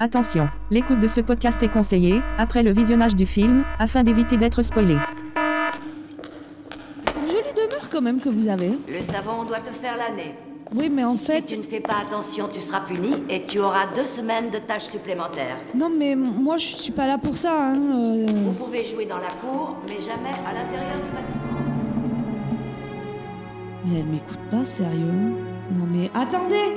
Attention, l'écoute de ce podcast est conseillée, après le visionnage du film, afin d'éviter d'être spoilé. C'est une jolie demeure quand même que vous avez. hein. Le savon doit te faire l'année. Oui, mais en Si fait... tu ne fais pas attention, tu seras puni et tu auras deux semaines de tâches supplémentaires. Non, mais m- moi, je suis pas là pour ça. hein, euh. Vous pouvez jouer dans la cour, mais jamais à l'intérieur du bâtiment. Mais elle m'écoute pas, sérieux. Non, mais attendez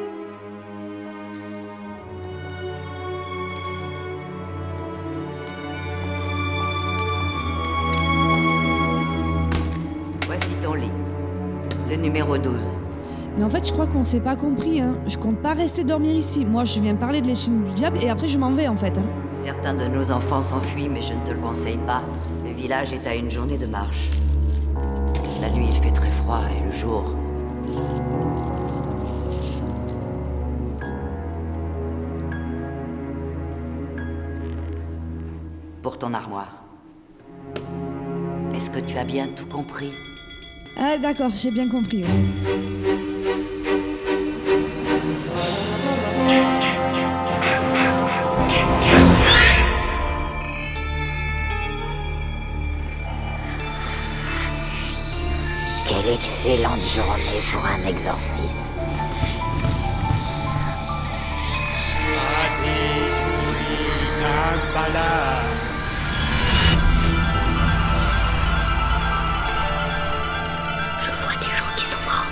Voici ton lit. Le numéro 12. Mais en fait, je crois qu'on s'est pas compris. Hein. Je compte pas rester dormir ici. Moi, je viens parler de l'échine du diable et après, je m'en vais en fait. hein. Certains de nos enfants s'enfuient, mais je ne te le conseille pas. Le village est à une journée de marche. La nuit, il fait très froid et le jour. Pour ton armoire. Est-ce que tu as bien tout compris Ah, d'accord, j'ai bien compris. ouais. Quelle excellente journée pour un exorcisme. Je vois des gens qui sont morts.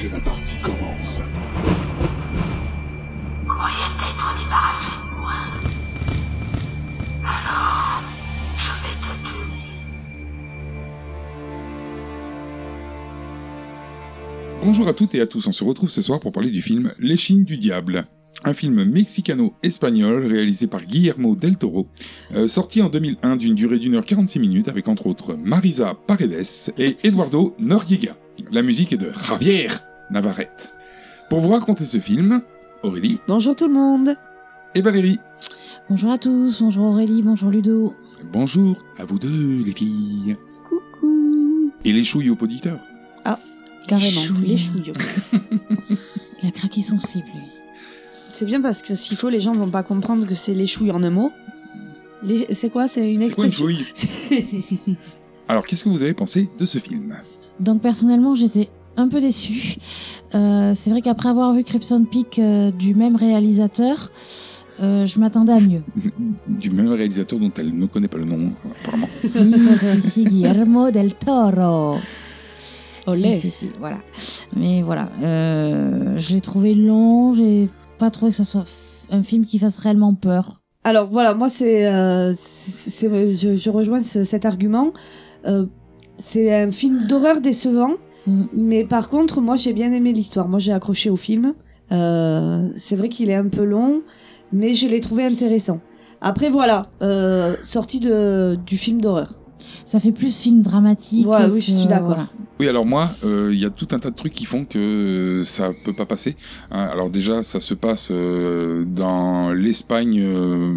et la partie commence. croyais t'être débarrassé de moi. Alors, je vais te tuer. Bonjour à toutes et à tous, on se retrouve ce soir pour parler du film L'échine du diable. Un film mexicano-espagnol réalisé par Guillermo del Toro, euh, sorti en 2001 d'une durée d'une heure 46 minutes avec entre autres Marisa Paredes et Eduardo Noriega. La musique est de Javier Navarrete. Pour vous raconter ce film, Aurélie Bonjour tout le monde et Valérie. Bonjour à tous, bonjour Aurélie, bonjour Ludo. Bonjour à vous deux les filles. Coucou. Et les chouilles aux auditeurs. Carrément, Chouillou. les chouillots. Il a craqué son slip, lui. C'est bien parce que s'il faut, les gens vont pas comprendre que c'est les chouilles en un mot. Les- C'est quoi C'est une C'est quoi une expression chouille Alors qu'est-ce que vous avez pensé de ce film Donc personnellement, j'étais un peu déçue. Euh, c'est vrai qu'après avoir vu Crimson Peak euh, du même réalisateur, euh, je m'attendais à mieux. du même réalisateur dont elle ne connaît pas le nom, apparemment. si, si, si, Guillermo del Toro. Olé. Si, si, si, voilà. Mais voilà, euh, je l'ai trouvé long, j'ai pas trouvé que ce soit f- un film qui fasse réellement peur. Alors voilà, moi c'est, euh, c'est- c'est- je, je rejoins ce- cet argument. Euh, c'est un film d'horreur décevant, Mm. mais par contre, moi j'ai bien aimé l'histoire. Moi j'ai accroché au film. Euh, c'est vrai qu'il est un peu long, mais je l'ai trouvé intéressant. Après voilà, euh, sortie de, du film d'horreur. Ça fait plus film dramatique. Ouais, que- oui, je suis d'accord. voilà. Oui, alors moi, euh, il y a tout un tas de trucs qui font que euh, ça peut pas passer. hein. alors déjà, ça se passe euh, dans l'Espagne, euh,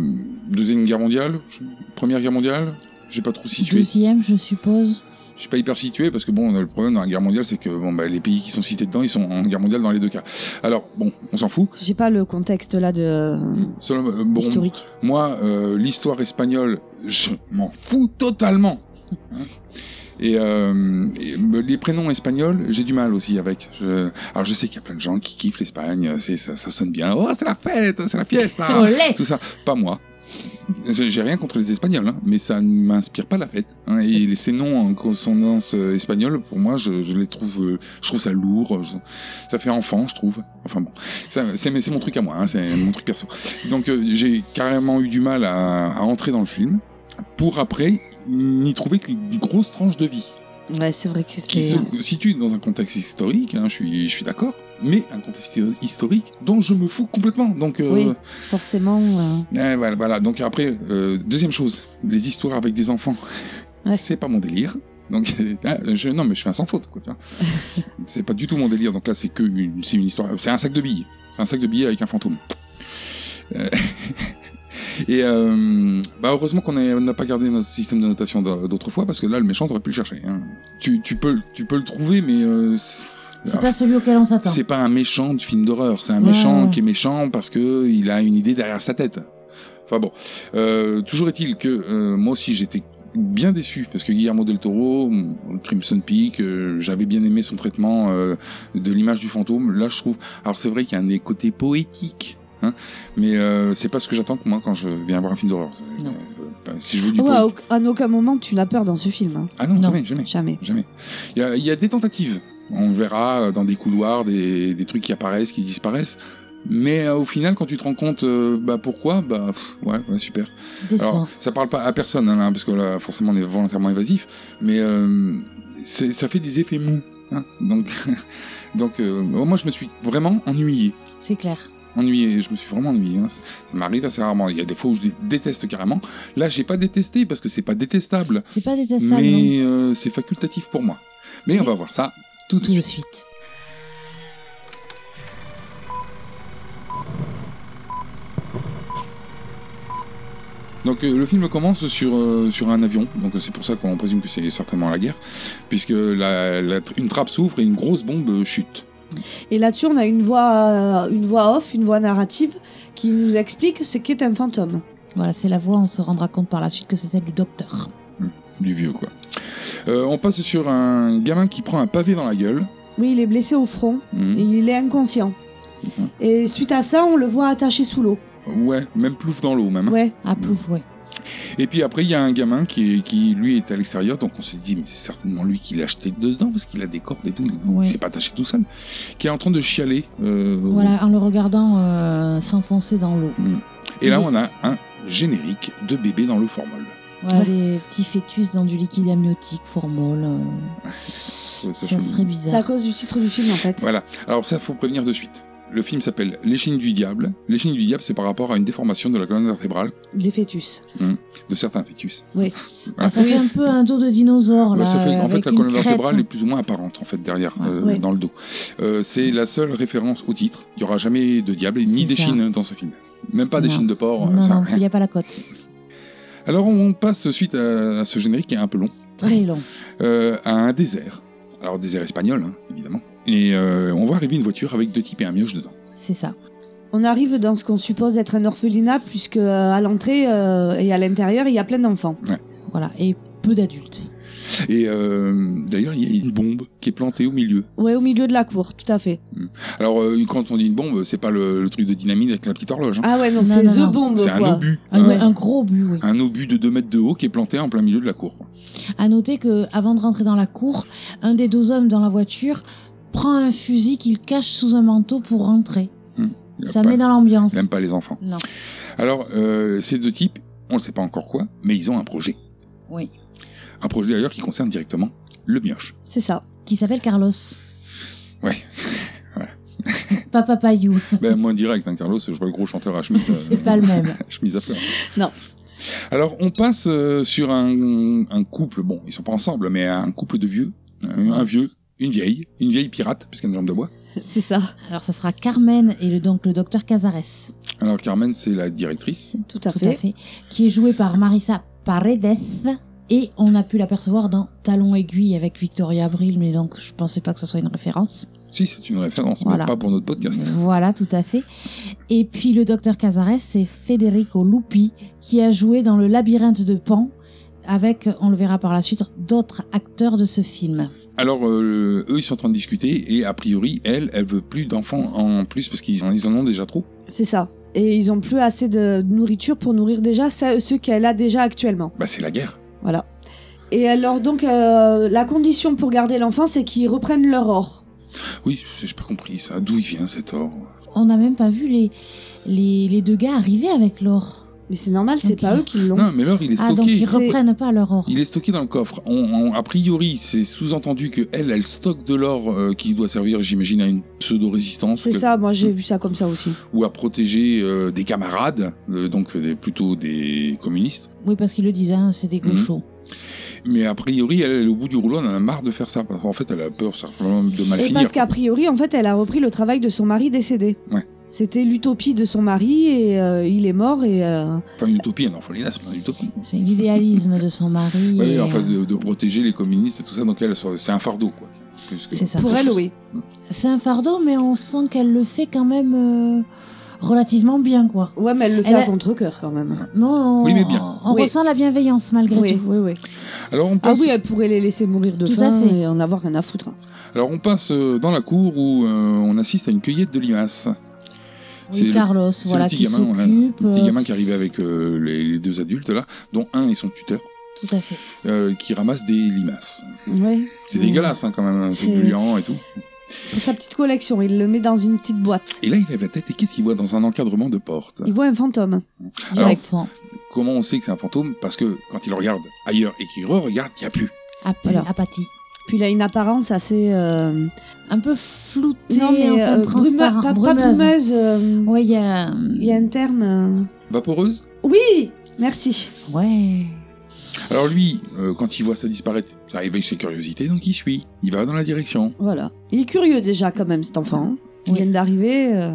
deuxième guerre mondiale, je- première guerre mondiale. J'ai pas trop situé. Deuxième, je suppose. Je suis pas hyper situé parce que bon, le problème dans la guerre mondiale, c'est que bon, bah, les pays qui sont cités dedans, ils sont en guerre mondiale dans les deux cas. Alors bon, on s'en fout. J'ai pas le contexte là de Selon- euh, bon, historique. Moi, euh, l'histoire espagnole, je m'en fous totalement. Hein. Et, euh, et, me- les prénoms espagnols, j'ai du mal aussi avec. Je- alors je sais qu'il y a plein de gens qui kiffent l'Espagne, c'est ça, ça sonne bien. Oh, c'est la fête, c'est la pièce, Olé. tout ça. Pas moi. J'ai j'ai rien contre les Espagnols, hein, mais ça ne m'inspire pas la fête. hein. et les- ces noms en consonance euh, espagnole, pour moi, je, je les trouve, euh, je trouve ça lourd. je- ça fait enfant, je trouve. Enfin bon, ça, c'est mais c'est mon truc à moi, hein, c'est mon truc perso. Donc euh, j'ai carrément eu du mal à, à entrer dans le film pour après n'y trouver qu'une grosse tranche de vie Ouais, c'est vrai que qui c'est. se situe dans un contexte historique. hein, je suis, je suis d'accord, mais un contexte historique dont je me fous complètement. Donc euh, Oui. Forcément. euh, Ouais, Eh, voilà, voilà. Donc après, euh, deuxième chose, les histoires avec des enfants, Ouais. c'est pas mon délire. Donc euh, là, je, non, mais je fais un sans faute, quoi. tu vois. c'est pas du tout mon délire. Donc là, c'est que une- c'est une histoire, c'est un sac de billes, c'est un sac de billes avec un fantôme. Euh, Et euh, bah heureusement qu'on a- on n'a pas gardé notre système de notation d'a- d'autrefois, parce que là, le méchant, t'aurais pu le chercher. hein. Tu, tu peux, tu peux le trouver, mais euh, c'est- C'est pas celui auquel on s'attend. c'est pas un méchant du film d'horreur, c'est un Ouais, méchant ouais. qui est méchant parce que il a une idée derrière sa tête. Enfin bon, Euh, toujours est-il que euh, moi aussi j'étais bien déçu parce que Guillermo del Toro, mm, Crimson Peak, euh, j'avais bien aimé son traitement euh, de l'image du fantôme. Là, je trouve, alors c'est vrai qu'il y a un des côtés poétiques. Hein, mais euh, c'est pas ce que j'attends que moi quand je viens voir un film d'horreur. Non. Euh, ben, si je veux du Ouais, poétique- au- à aucun moment tu n'as peur dans ce film. hein. Ah non, Non. jamais, jamais. Jamais. Jamais. Il y a, il y a des tentatives. On verra euh, dans des couloirs des, des trucs qui apparaissent, qui disparaissent. Mais euh, au final, quand tu te rends compte, euh, bah pourquoi Bah pff, ouais, ouais, super. Décevant. Alors, ça parle pas à personne, hein, là, parce que là, forcément, on est volontairement évasif. Mais euh, c'est- ça fait des effets mous. hein. donc, donc euh, moi, je me suis vraiment ennuyé C'est clair. ennuyé. Je me suis vraiment ennuyé. hein. Ça ça m'arrive assez rarement. Il y a des fois où je dé- déteste carrément. Là, j'ai pas détesté parce que c'est pas détestable, C'est pas détestable. non. mais euh, c'est facultatif pour moi. Mais on va voir ça tout de Tout de suite. suite. Donc euh, le film commence sur euh, sur un avion. Donc euh, c'est pour ça qu'on présume que c'est certainement la guerre, puisque la, la tr- une trappe s'ouvre et une grosse bombe euh, chute. Et là-dessus, on a une voix, une voix off, une voix narrative qui nous explique ce qu'est un fantôme. Voilà, c'est la voix, on se rendra compte par la suite que c'est celle du docteur. Du vieux quoi. Euh, on passe sur un gamin qui prend un pavé dans la gueule. Oui, il est blessé au front Mhm, et il est inconscient. c'est ça. Et suite à ça, on le voit attaché sous l'eau. Ouais, même plouf dans l'eau même. hein. Ouais. Ah, plouf, ouais. Et puis après, il y a un gamin qui, est- qui lui est à l'extérieur, donc on se dit, mais c'est certainement lui qui l'a jeté dedans, parce qu'il a des cordes et tout, il Ouais. s'est pas attaché tout seul, qui est en train de chialer. euh, Voilà, en le regardant euh, s'enfoncer dans l'eau. Et là, on a un générique de bébé dans le formol. Voilà, Ouais. des petits fœtus dans du liquide amniotique, formol. euh, Ouais, ça ça fait- serait C'est à bizarre. cause du titre du film, en fait. Voilà, alors ça, faut prévenir de suite. Le film s'appelle L'échine du diable. L'échine du diable, c'est par rapport à une déformation de la colonne vertébrale Des fœtus. de certains fœtus. Ah, Ça, fait un peu un dos de dinosaure, Oh là. Bah, ça fait- en avec fait, la une colonne crête. Ah, vertébrale est plus ou moins apparente en fait derrière, euh, Ouais. dans le dos. Euh, c'est la seule référence au titre. Il y aura jamais de diable ni C'est ça. d'échine dans ce film. Même pas Non. d'échine de porc. euh, Non, ça, non, il rien. n'y a pas la cote. Alors on passe suite à, à ce générique qui est un peu long, Très long. euh, à un désert. Alors désert espagnol, hein, évidemment. Et euh, on voit arriver une voiture avec deux types et un mioche dedans. C'est ça. On arrive dans ce qu'on suppose être un orphelinat, puisque euh, à l'entrée euh, et à l'intérieur, il y a plein d'enfants. Voilà. Et peu d'adultes. Et euh, d'ailleurs il y a une bombe qui est plantée au milieu. Ouais, au milieu de la cour, tout à fait. Alors euh, quand on dit une bombe, c'est pas le, le truc de dynamite avec la petite horloge. hein. Ah ouais, non, Non, c'est non, The non. Bomb, c'est un quoi. obus. Un, hein. un gros but, oui. Un obus de 2 mètres de haut qui est planté en plein milieu de la cour. À noter que, avant de rentrer dans la cour, un des deux hommes dans la voiture prend un fusil qu'il cache sous un manteau pour rentrer. Il a Ça pas- met dans l'ambiance. il aime pas les enfants. Non. Alors, euh, ces deux types, on ne sait pas encore quoi, mais ils ont un projet. Oui. Un projet d'ailleurs qui concerne directement le mioche. C'est ça. Qui s'appelle Carlos. Ouais. Voilà. Papa Payou. ben, moins direct, hein, Carlos, je vois le gros chanteur à chemise, euh, C'est pas le même. chemise à fleurs. Non. Alors, on passe euh, sur un, un couple, bon, ils sont pas ensemble, mais un couple de vieux, un, un vieux, une vieille, une vieille pirate, parce qu'elle a une jambe de bois. C'est ça. Alors, ça sera Carmen et le, donc le docteur Cazares. Alors, Carmen, c'est la directrice. Tout à Tout fait. à fait. Qui est joué par Marissa Paredes. Et on a pu l'apercevoir dans Talon aiguille avec Victoria Abril, mais donc je pensais pas que ce soit une référence. Si, c'est une référence, Voilà. mais pas pour notre podcast. Voilà, tout à fait. Et puis le docteur Cazares, c'est Federico Lupi, qui a joué dans Le Labyrinthe de Pan, avec, on le verra par la suite, d'autres acteurs de ce film. Alors, euh, eux, ils sont en train de discuter, et a priori, elle, elle veut plus d'enfants en plus, parce qu'ils en, ils en ont déjà trop. C'est ça. Et ils ont plus assez de nourriture pour nourrir déjà ce ce qu'elle a déjà actuellement. Bah, c'est la guerre. Voilà. Et alors donc euh, la condition pour garder l'enfant, c'est qu'ils reprennent leur or. Oui, j'ai pas compris ça. D'où il vient cet or On n'a même pas vu les, les, les deux gars arriver avec l'or. Mais c'est normal, c'est Ok. pas eux qui l'ont. Non, mais l'or, il est Ah, donc stocké. ils reprennent pas leur or. il est stocké dans le coffre. On, on- a priori, c'est sous-entendu que elle, elle stocke de l'or euh, qui doit servir, j'imagine, à une pseudo-résistance C'est que- ça, moi j'ai vu ça comme ça aussi. ou à protéger euh, des camarades, euh, donc euh, des- plutôt des communistes. Oui, parce qu'ils le disaient, hein, c'est des Mhm. gauchos. Mais a priori, elle, elle est au bout du rouleau, elle en a marre de faire ça. En fait, elle a peur, ça, de mal Et finir. parce qu'a priori, en fait, elle a repris le travail de son mari décédé. C'était l'utopie de son mari et euh, il est mort et euh, Enfin, une utopie, un orphelinat, c'est pas une utopie. C'est l'idéalisme de son mari. Oui, et, enfin, euh, de, de protéger les communistes et tout ça. Donc, elle, c'est un fardeau, quoi. Plus que- C'est ça. pour elle, oui. C'est un fardeau, mais on sent qu'elle le fait quand même euh, relativement bien, quoi. Ouais, mais elle le fait Elle à a- contre-coeur quand même. Non, on, Oui, mais bien. on Oui. ressent la bienveillance malgré Oui, tout. oui, oui. Alors, on Ah passe, oui, elle pourrait les laisser mourir de Tout à faim fait. et en avoir rien à foutre. hein. alors, on passe euh, dans la cour où euh, on assiste à une cueillette de limaces. C'est Oui, le- Carlos, c'est voilà, le petit qui gamin, ouais. s'occupe. Le petit euh, gamin qui arrive avec euh, les, les deux adultes, là, dont un est son tuteur, Tout à fait. euh, qui ramasse des limaces. Ouais. C'est Ouais. dégueulasse, hein, quand même. hein, C'est C'est- gluant et tout. Pour sa petite collection, il le met dans une petite boîte. Et là, il lève la tête et qu'est-ce qu'il voit dans un encadrement de porte Il voit un fantôme. Alors, Direct. Enfant. Comment on sait que c'est un fantôme Parce que quand il regarde ailleurs et qu'il re-regarde, il n'y a plus. Apu- Voilà. Apathie. Puis il a une apparence assez. euh, Un peu flouté, enfin, euh, bruma- transparent, pas, pas brumeuse. brumeuse. euh, Ouais, il y a... Il y a un terme. euh, Vaporeuse Oui Merci. Ouais. Alors lui, euh, quand il voit ça disparaître, ça réveille ses curiosités, donc il suit. Il va dans la direction. Voilà. Il est curieux déjà quand même cet enfant. hein. Il Oui. vient d'arriver. euh,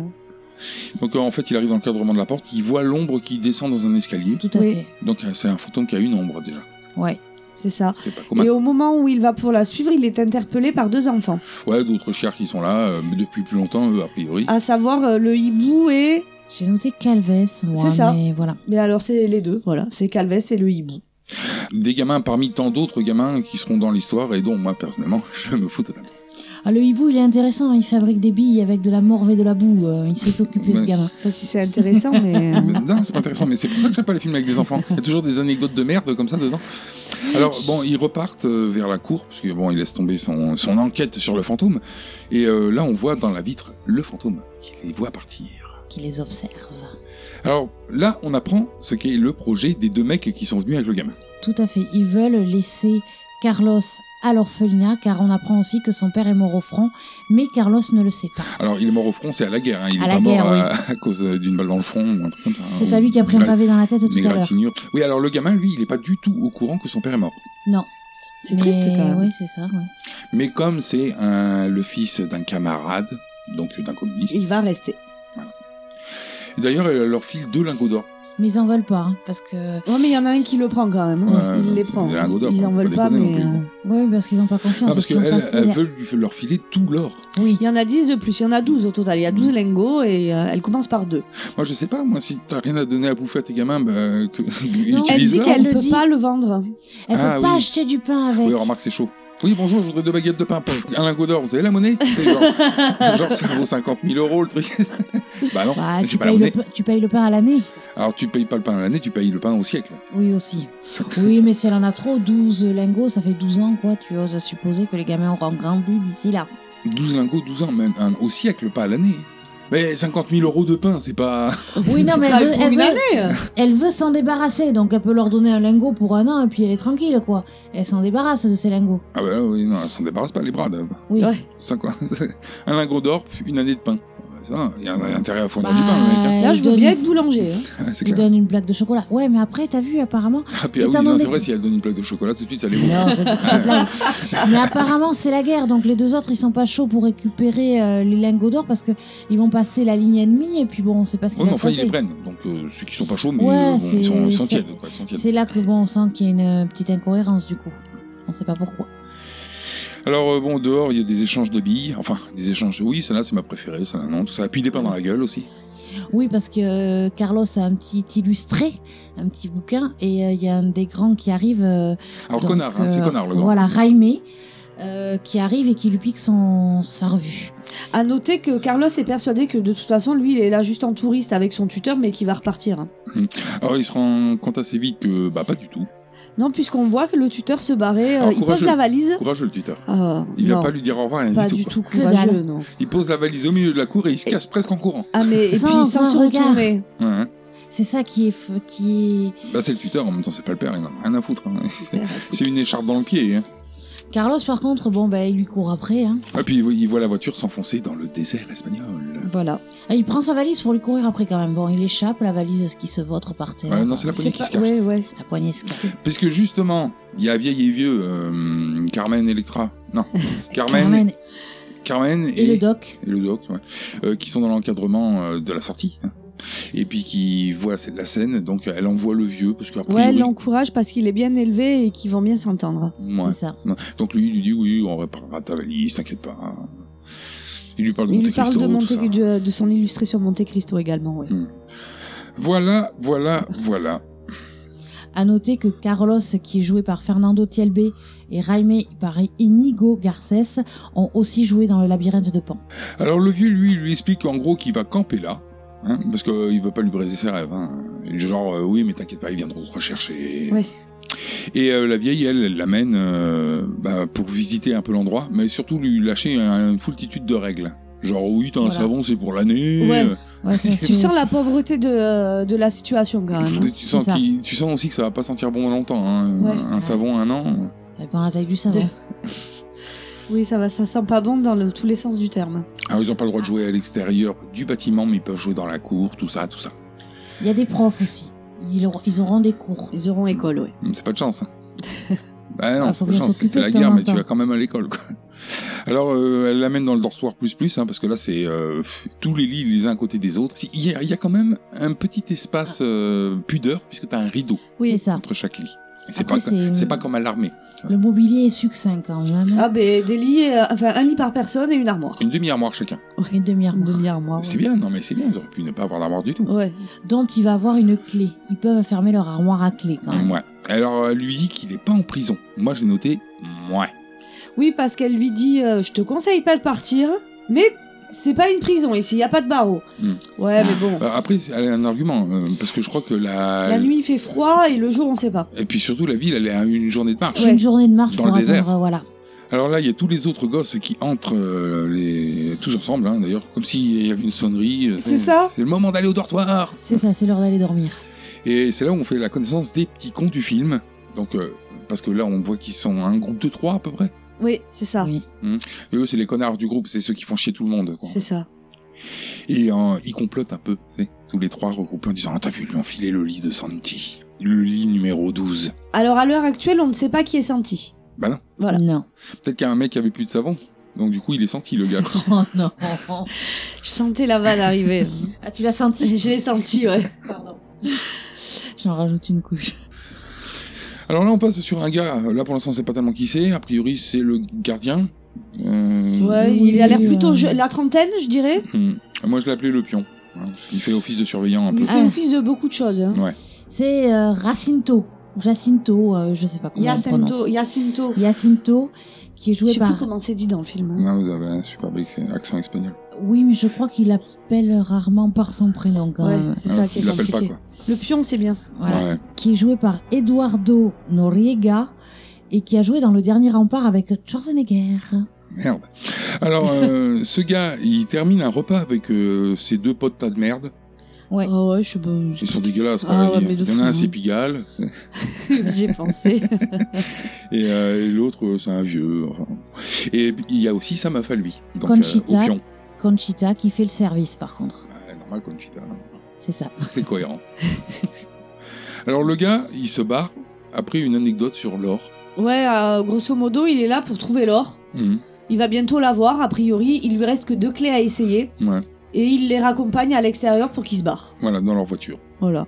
Donc euh, en fait, il arrive dans le cadrement de la porte, il voit l'ombre qui descend dans un escalier. Tout à Oui. fait. Donc euh, c'est un fantôme qui a une ombre déjà. Ouais. C'est ça. C'est pas commun. Et au moment où il va pour la suivre, il est interpellé par deux enfants. Ouais, d'autres chiens qui sont là euh, mais depuis plus longtemps, eux, a priori. À savoir euh, le hibou et. J'ai noté Calves, moi, C'est ça. mais voilà. Mais alors c'est les deux, voilà. C'est Calves et le hibou. Des gamins parmi tant d'autres gamins qui seront dans l'histoire et dont moi personnellement, je me fous totalement. Ah, le hibou, il est intéressant, il fabrique des billes avec de la morve et de la boue. euh, il s'est occupé, ce Ouais. gamin. Je sais pas si c'est intéressant, mais. euh, Mais non, c'est pas intéressant, mais c'est pour ça que j'aime pas les films avec des enfants. Il y a toujours des anecdotes de merde comme ça dedans. Alors, bon, ils repartent euh, vers la cour, parce que bon, ils laissent tomber son, son enquête sur le fantôme. Et euh, là, on voit dans la vitre le fantôme qui les voit partir. Qui les observe. Alors là, on apprend ce qu'est le projet des deux mecs qui sont venus avec le gamin. Tout à fait. Ils veulent laisser Carlos à l'orphelinat, car on apprend aussi que son père est mort au front, mais Carlos ne le sait pas. Alors, il est mort au front, c'est à la guerre. hein. Il À est la pas guerre, mort à, à cause euh, d'une balle dans le front ou un truc comme ça. hein, C'est ou pas lui qui a pris un gra- pavé dans la tête tout des à l'heure. gratinures. Oui, alors le gamin, lui, il est pas du tout au courant que son père est mort. Non. C'est triste, Mais- quand même. Oui, c'est ça. ouais. Mais comme c'est un- le fils d'un camarade, donc d'un communiste, Il va rester. d'ailleurs, elle leur file deux lingots d'or. Mais ils en veulent pas, hein, parce que. Ouais, mais il y en a un qui le prend quand même. hein. Ouais, il les c'est prend. des lingots d'or, Ils quoi. en Faut veulent pas pas, déconner mais. non plus, euh, Oui, parce qu'ils n'ont pas confiance. Ah, parce ils sont qu'elles passés- elles veulent lui- leur filer tout l'or. Oui. Il y en a 10 de plus, il y en a 12 au total. Il y a 12 lingots et euh, elle commence par deux. Moi, je sais pas, moi, si t'as rien à donner à bouffer à tes gamins, bah, que, Non, Elle utilise dit Utilise-la. l'or. qu'elle Elle ne le peut dit. pas le vendre. Elle Ah, peut pas oui. acheter du pain avec. Oui, remarque, c'est chaud. Oui, bonjour, je voudrais deux baguettes de pain. Pff, un lingot d'or, vous avez la monnaie C'est genre, genre, ça vaut 50 000 euros le truc. bah non, Bah, j'ai tu, pas la payes le, monnaie. pa- tu payes le pain à l'année. Alors, tu payes pas le pain à l'année, tu payes le pain au siècle. Oui, aussi. Oui, mais si elle en a trop, 12 lingots, ça fait 12 ans, quoi. Tu oses supposer que les gamins auront grandi d'ici là. 12 lingots, 12 ans, même un- au siècle, pas à l'année. Mais 50 000 euros de pain, c'est pas. Oui, non, mais Pas elle veut, pour elle une veut- année. elle veut s'en débarrasser, donc elle peut leur donner un lingot pour un an et puis elle est tranquille, quoi. Elle s'en débarrasse de ces lingots. Ah bah oui, non, elle s'en débarrasse pas, les brades. Oui. Ouais. Cinq- un lingot d'or, une année de pain. Ça, il y a un intérêt à fournir du pain, le mec. Là, je veux Bah, donne, bien être boulanger. hein. hein. Ouais, c'est lui clair. donne une plaque de chocolat. Ouais, mais après, t'as vu, apparemment. Ah, puis, ah oui, Étant non, donné c'est que- vrai, si elle donne une plaque de chocolat, tout de suite, ça les vaut. Non, je- je blague. mais apparemment, c'est la guerre, donc les deux autres, ils sont pas chauds pour récupérer euh, les lingots d'or parce que ils vont passer la ligne ennemie et puis bon, on sait pas ce qui Ouais, mais va se enfin, ils les passer. prennent. Donc, euh, ceux qui sont pas chauds, mais Ouais, euh, bon, c'est- ils sont, ils sont c'est- tièdes. quoi, ils sont tièdes. C'est là que bon, on sent qu'il y a une euh, petite incohérence du coup. On sait pas pourquoi. Alors, euh, bon, dehors, il y a des échanges de billes. Enfin, des échanges. Oui, celle-là, c'est ma préférée, celle-là, non, tout ça. Puis des pains dans la gueule aussi. Oui, parce que euh, Carlos a un petit illustré, un petit bouquin, et euh, il y a un des grands qui arrive. euh, Alors, donc, connard, hein, c'est euh, connard, le grand. Voilà, Raimé, euh, qui arrive et qui lui pique son, sa revue. À noter que Carlos est persuadé que de toute façon, lui, il est là juste en touriste avec son tuteur, mais qu'il va repartir. hein. Alors, il se rend compte assez vite que, bah, pas du tout. Non, puisqu'on voit que le tuteur se barrait. euh, Alors, il pose courageux. la valise. Courageux, le tuteur. Euh, Il vient non, pas lui dire au revoir, rien pas du tout. quoi. Que courageux, dalle. non. Il pose la valise au milieu de la cour et il se casse presque en courant. Ah, mais et Sans- puis sans sans se regard. retourner. Ouais, hein. C'est ça qui est, f- qui est Bah, c'est le tuteur, en même temps, c'est pas le père, il en a rien à foutre. hein. C'est une écharpe dans le pied. Hein. Carlos, par contre, bon, bah, il lui court après. Hein. Et puis, il voit- il voit la voiture s'enfoncer dans le désert espagnol. Voilà. Ah, Il prend sa valise pour lui courir après quand même. Bon, il échappe, la valise qui se vautre par terre. Ouais, non, c'est la poignée qui se casse. Ouais, ouais. La poignée se casse. Puisque justement, il y a vieille et vieux euh, Carmen Electra. Non, Carmen, Carmen Carmen Et, le doc. et le doc, ouais, euh, qui sont dans l'encadrement euh, de la sortie. hein. Et puis qui voit la scène, donc elle envoie le vieux, parce qu'après... Ouais, elle l'encourage parce qu'il est bien élevé et qu'ils vont bien s'entendre. C'est ça. Donc lui, il lui dit, oui, on réparera ta valise, t'inquiète pas. Il lui parle de Il lui Monte parle Cristo, de, tout Monte- ça. Mm. de, de son illustration Monte Cristo également. ouais. Voilà, voilà, voilà. À noter que Carlos, qui est joué par Fernando Tielbe, et Jaime par Inigo Garces, ont aussi joué dans le labyrinthe de Pan. Alors le vieux, lui, il lui explique en gros qu'il va camper là, hein, parce qu'il ne va pas lui briser ses rêves. hein. Et Genre, euh, oui, mais t'inquiète pas, ils viendront te rechercher. Ouais. Et euh, la vieille, elle, elle l'amène euh, bah, pour visiter un peu l'endroit, mais surtout lui lâcher un- une foultitude de règles. Genre, oui, t'as un Voilà. savon, c'est pour l'année. euh, Ouais. Ouais, ça, Tu c'est- sens la pauvreté de, euh, de la situation quand même. hein. Tu, tu sens C'est ça. qu'il- tu sens aussi que ça va pas sentir bon longtemps. hein. Ouais. un savon, un an. Ça dépend de la taille du savon. Oui, ça va, ça sent pas bon dans le- tous les sens du terme. Alors, ils n'ont pas le droit de jouer à l'extérieur du bâtiment, mais ils peuvent jouer dans la cour, tout ça, tout ça. Il y a des profs aussi. Ils, auront- ils auront des cours. Ils auront école, oui. C'est pas de chance. Hein. bah non, Ah, c'est faut pas de bien chance. s'occuper C'est la de temps guerre, en mais tu temps. vas quand même à l'école. quoi. Alors, euh, elle l'amène dans le dortoir plus plus, hein, parce que là, c'est euh, pff, tous les lits les uns à côté des autres. Si- Il y, a- il y a quand même un petit espace euh, pudeur, puisque t'as un rideau Oui. C'est ça. entre chaque lit. Et C'est pas, Après, c'est- c'est pas comme à l'armée. Le mobilier est succinct quand même. Ah, ben des lits, euh, enfin un lit par personne et une armoire. Une demi-armoire chacun. Et demi Une Ah demi-armoire. C'est bien, non mais c'est bien, ils auraient pu ne pas avoir d'armoire du tout. Ouais. Dont il va avoir une clé. Ils peuvent fermer leur armoire à clé quand même. Ouais. Alors, euh, elle lui dit qu'il est pas en prison. Moi, j'ai noté, ouais. Oui, parce qu'elle lui dit euh, Je te conseille pas de partir, mais c'est pas une prison ici, il y a pas de barreaux. Hmm. Ouais, mais bon. Euh, Après, c'est- elle a un argument, euh, parce que je crois que la... La nuit il fait froid et le jour on sait pas. Et puis surtout, la ville, elle est à une journée de marche. Une journée de marche Dans pour le désert. atteindre, voilà. Alors là, il y a tous les autres gosses qui entrent euh, les... tous ensemble, hein, d'ailleurs, comme s'il y avait une sonnerie. euh, C'est ça C'est le moment d'aller au dortoir C'est ça, c'est l'heure d'aller dormir. Et c'est là où on fait la connaissance des petits cons du film. Donc, euh, parce que là, on voit qu'ils sont un groupe de trois à peu près. Oui, c'est ça. Oui. Et eux, c'est les connards du groupe, c'est ceux qui font chier tout le monde. Quoi. C'est ça. Et euh, ils complotent un peu, tu sais, tous les trois regroupés en disant Ah, T'as vu, ils lui ont filé le lit de Santi, le lit numéro 12. Alors à l'heure actuelle, on ne sait pas qui est senti. Bah non, Voilà. Non. peut-être qu'il y a un mec qui avait plus de savon. Donc, du coup, il est senti, le gars. quoi. Oh non. Je sentais la vanne arriver. Ah, tu l'as senti Je l'ai senti, ouais. Pardon. J'en rajoute une couche. Alors là, on passe sur un gars. Là, pour l'instant, on sait pas tellement qui c'est. A priori, c'est le gardien. Euh, Ouais, Oui, il a l'air oui, plutôt euh. je- la trentaine, je dirais. hum. Moi, je l'appelais le pion. hein. Il fait office de surveillant un peu. Il fait Ah. office de beaucoup de choses. Hein. C'est euh, Racinto. ou Jacinto, euh, je sais pas comment on le Yacinto, prononce. Yacinto. Jacinto, qui est Je joué sais plus par... comment c'est dit dans le film. hein. Là, Ah, vous avez un super bec- accent espagnol. Oui, mais je crois qu'il appelle rarement par son prénom quand Ouais, même. c'est Ah, ça qui il est l'appelle pas, compliqué. quoi. Le pion, c'est bien. Voilà. Ouais. qui est joué par Eduardo Noriega et qui a joué dans Le Dernier Rempart avec Schwarzenegger. Merde. Alors, euh, ce gars, il termine un repas avec euh, ses deux potes pas de merde. Ouais. Ah ouais, je sais pas. Ils sont dégueulasses, quoi. Ah ouais, il, mais de il y en fou, a un, hein. c'est Pigalle. J'ai pensé. Et, euh, et l'autre, euh, c'est un vieux. enfin. Et il y a aussi sa meuf à lui. Donc, Conchita. euh, au pion. Conchita qui fait le service par contre. Bah, normal, Conchita. hein. C'est ça. C'est cohérent. Alors le gars, il se barre après une anecdote sur l'or. ouais, euh, grosso modo, il est là pour trouver l'or. Mhm, Il va bientôt l'avoir, a priori. Il lui reste que deux clés à essayer. Ouais, Et il les raccompagne à l'extérieur pour qu'il se barre. voilà, dans leur voiture. Voilà.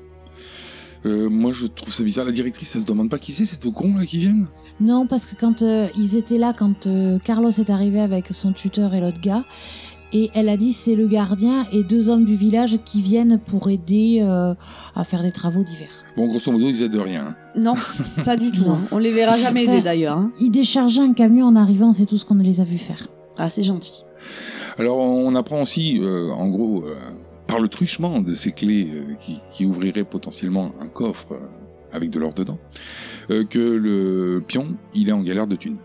Euh, moi, je trouve ça bizarre. La directrice, elle se demande pas qui c'est, c'est au con là qui viennent Non, parce que quand euh, ils étaient là, quand euh, Carlos est arrivé avec son tuteur et l'autre gars, et elle a dit c'est le gardien et deux hommes du village qui viennent pour aider euh, à faire des travaux divers. Bon, grosso modo, ils aident de rien. hein. Non, pas du tout. Non. hein. On les verra jamais Enfin- aider d'ailleurs. hein. Ils déchargeaient un camion en arrivant, c'est tout ce qu'on les a vu faire. Ah, c'est gentil. Alors, on apprend aussi, euh, en gros, euh, par le truchement de ces clés euh, qui, qui ouvriraient potentiellement un coffre euh, avec de l'or dedans, euh, que le pion, il est en galère de thunes.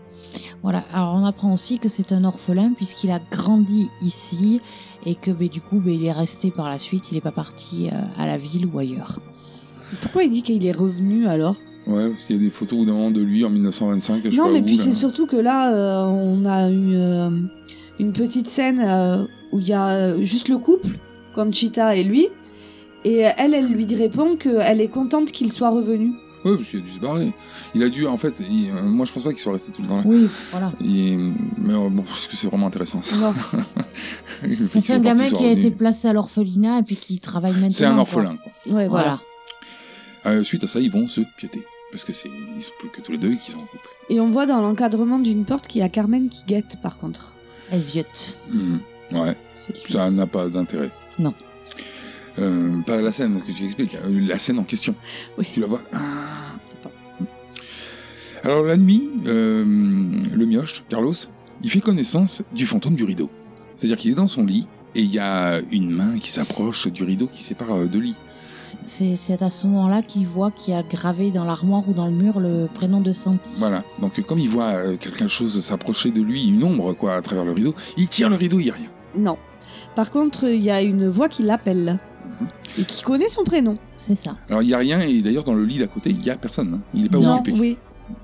Voilà, alors on apprend aussi que c'est un orphelin puisqu'il a grandi ici et que ben, du coup ben, il est resté par la suite, il n'est pas parti euh, à la ville ou ailleurs. Pourquoi il dit qu'il est revenu alors Ouais, parce qu'il y a des photos au bout d'un moment de lui en 1925. Je sais Non, pas mais où, puis là. c'est surtout que là, euh, on a une, euh, une petite scène euh, où il y a euh, juste le couple, Conchita et lui. Et elle, elle lui répond qu'elle est contente qu'il soit revenu. Ouais, parce qu'il a dû se barrer. Il a dû, en fait, il- euh, moi je pense pas qu'il soit resté tout le temps là. Oui, voilà. Il- mais euh, bon, parce que c'est vraiment intéressant ça. Non. Ils Mais C'est sont partis un gamin sur qui a une- été placé à l'orphelinat et puis qui travaille maintenant. C'est un quoi. orphelin. Quoi. Ouais, voilà. Voilà. Euh, suite à ça, ils vont se piéter. Parce que c'est ils sont plus que tous les deux et qu'ils sont en couple. Et on voit dans l'encadrement d'une porte qu'il y a Carmen qui guette, par contre. Eziotte. Mhm. Ouais, ça n'a pas d'intérêt. Non. Euh, pas la scène, parce que tu expliques. euh, La scène en question. Oui. Tu la vois. Ah. Alors la nuit, euh, le mioche, Carlos, il fait connaissance du fantôme du rideau. C'est-à-dire qu'il est dans son lit et il y a une main qui s'approche du rideau qui sépare euh, deux lits. C'est c'est à ce moment-là qu'il voit qu'il y a gravé dans l'armoire ou dans le mur le prénom de Santi. Voilà. Donc euh, comme il voit euh, quelque chose s'approcher de lui, une ombre quoi, à travers le rideau, il tire le rideau, il n'y a rien. Non. Par contre, il y a une voix qui l'appelle. Mhm. Et qui connaît son prénom. C'est ça. Alors il n'y a rien et d'ailleurs dans le lit d'à côté, il n'y a personne. hein. Il n'est pas Non, occupé. oui.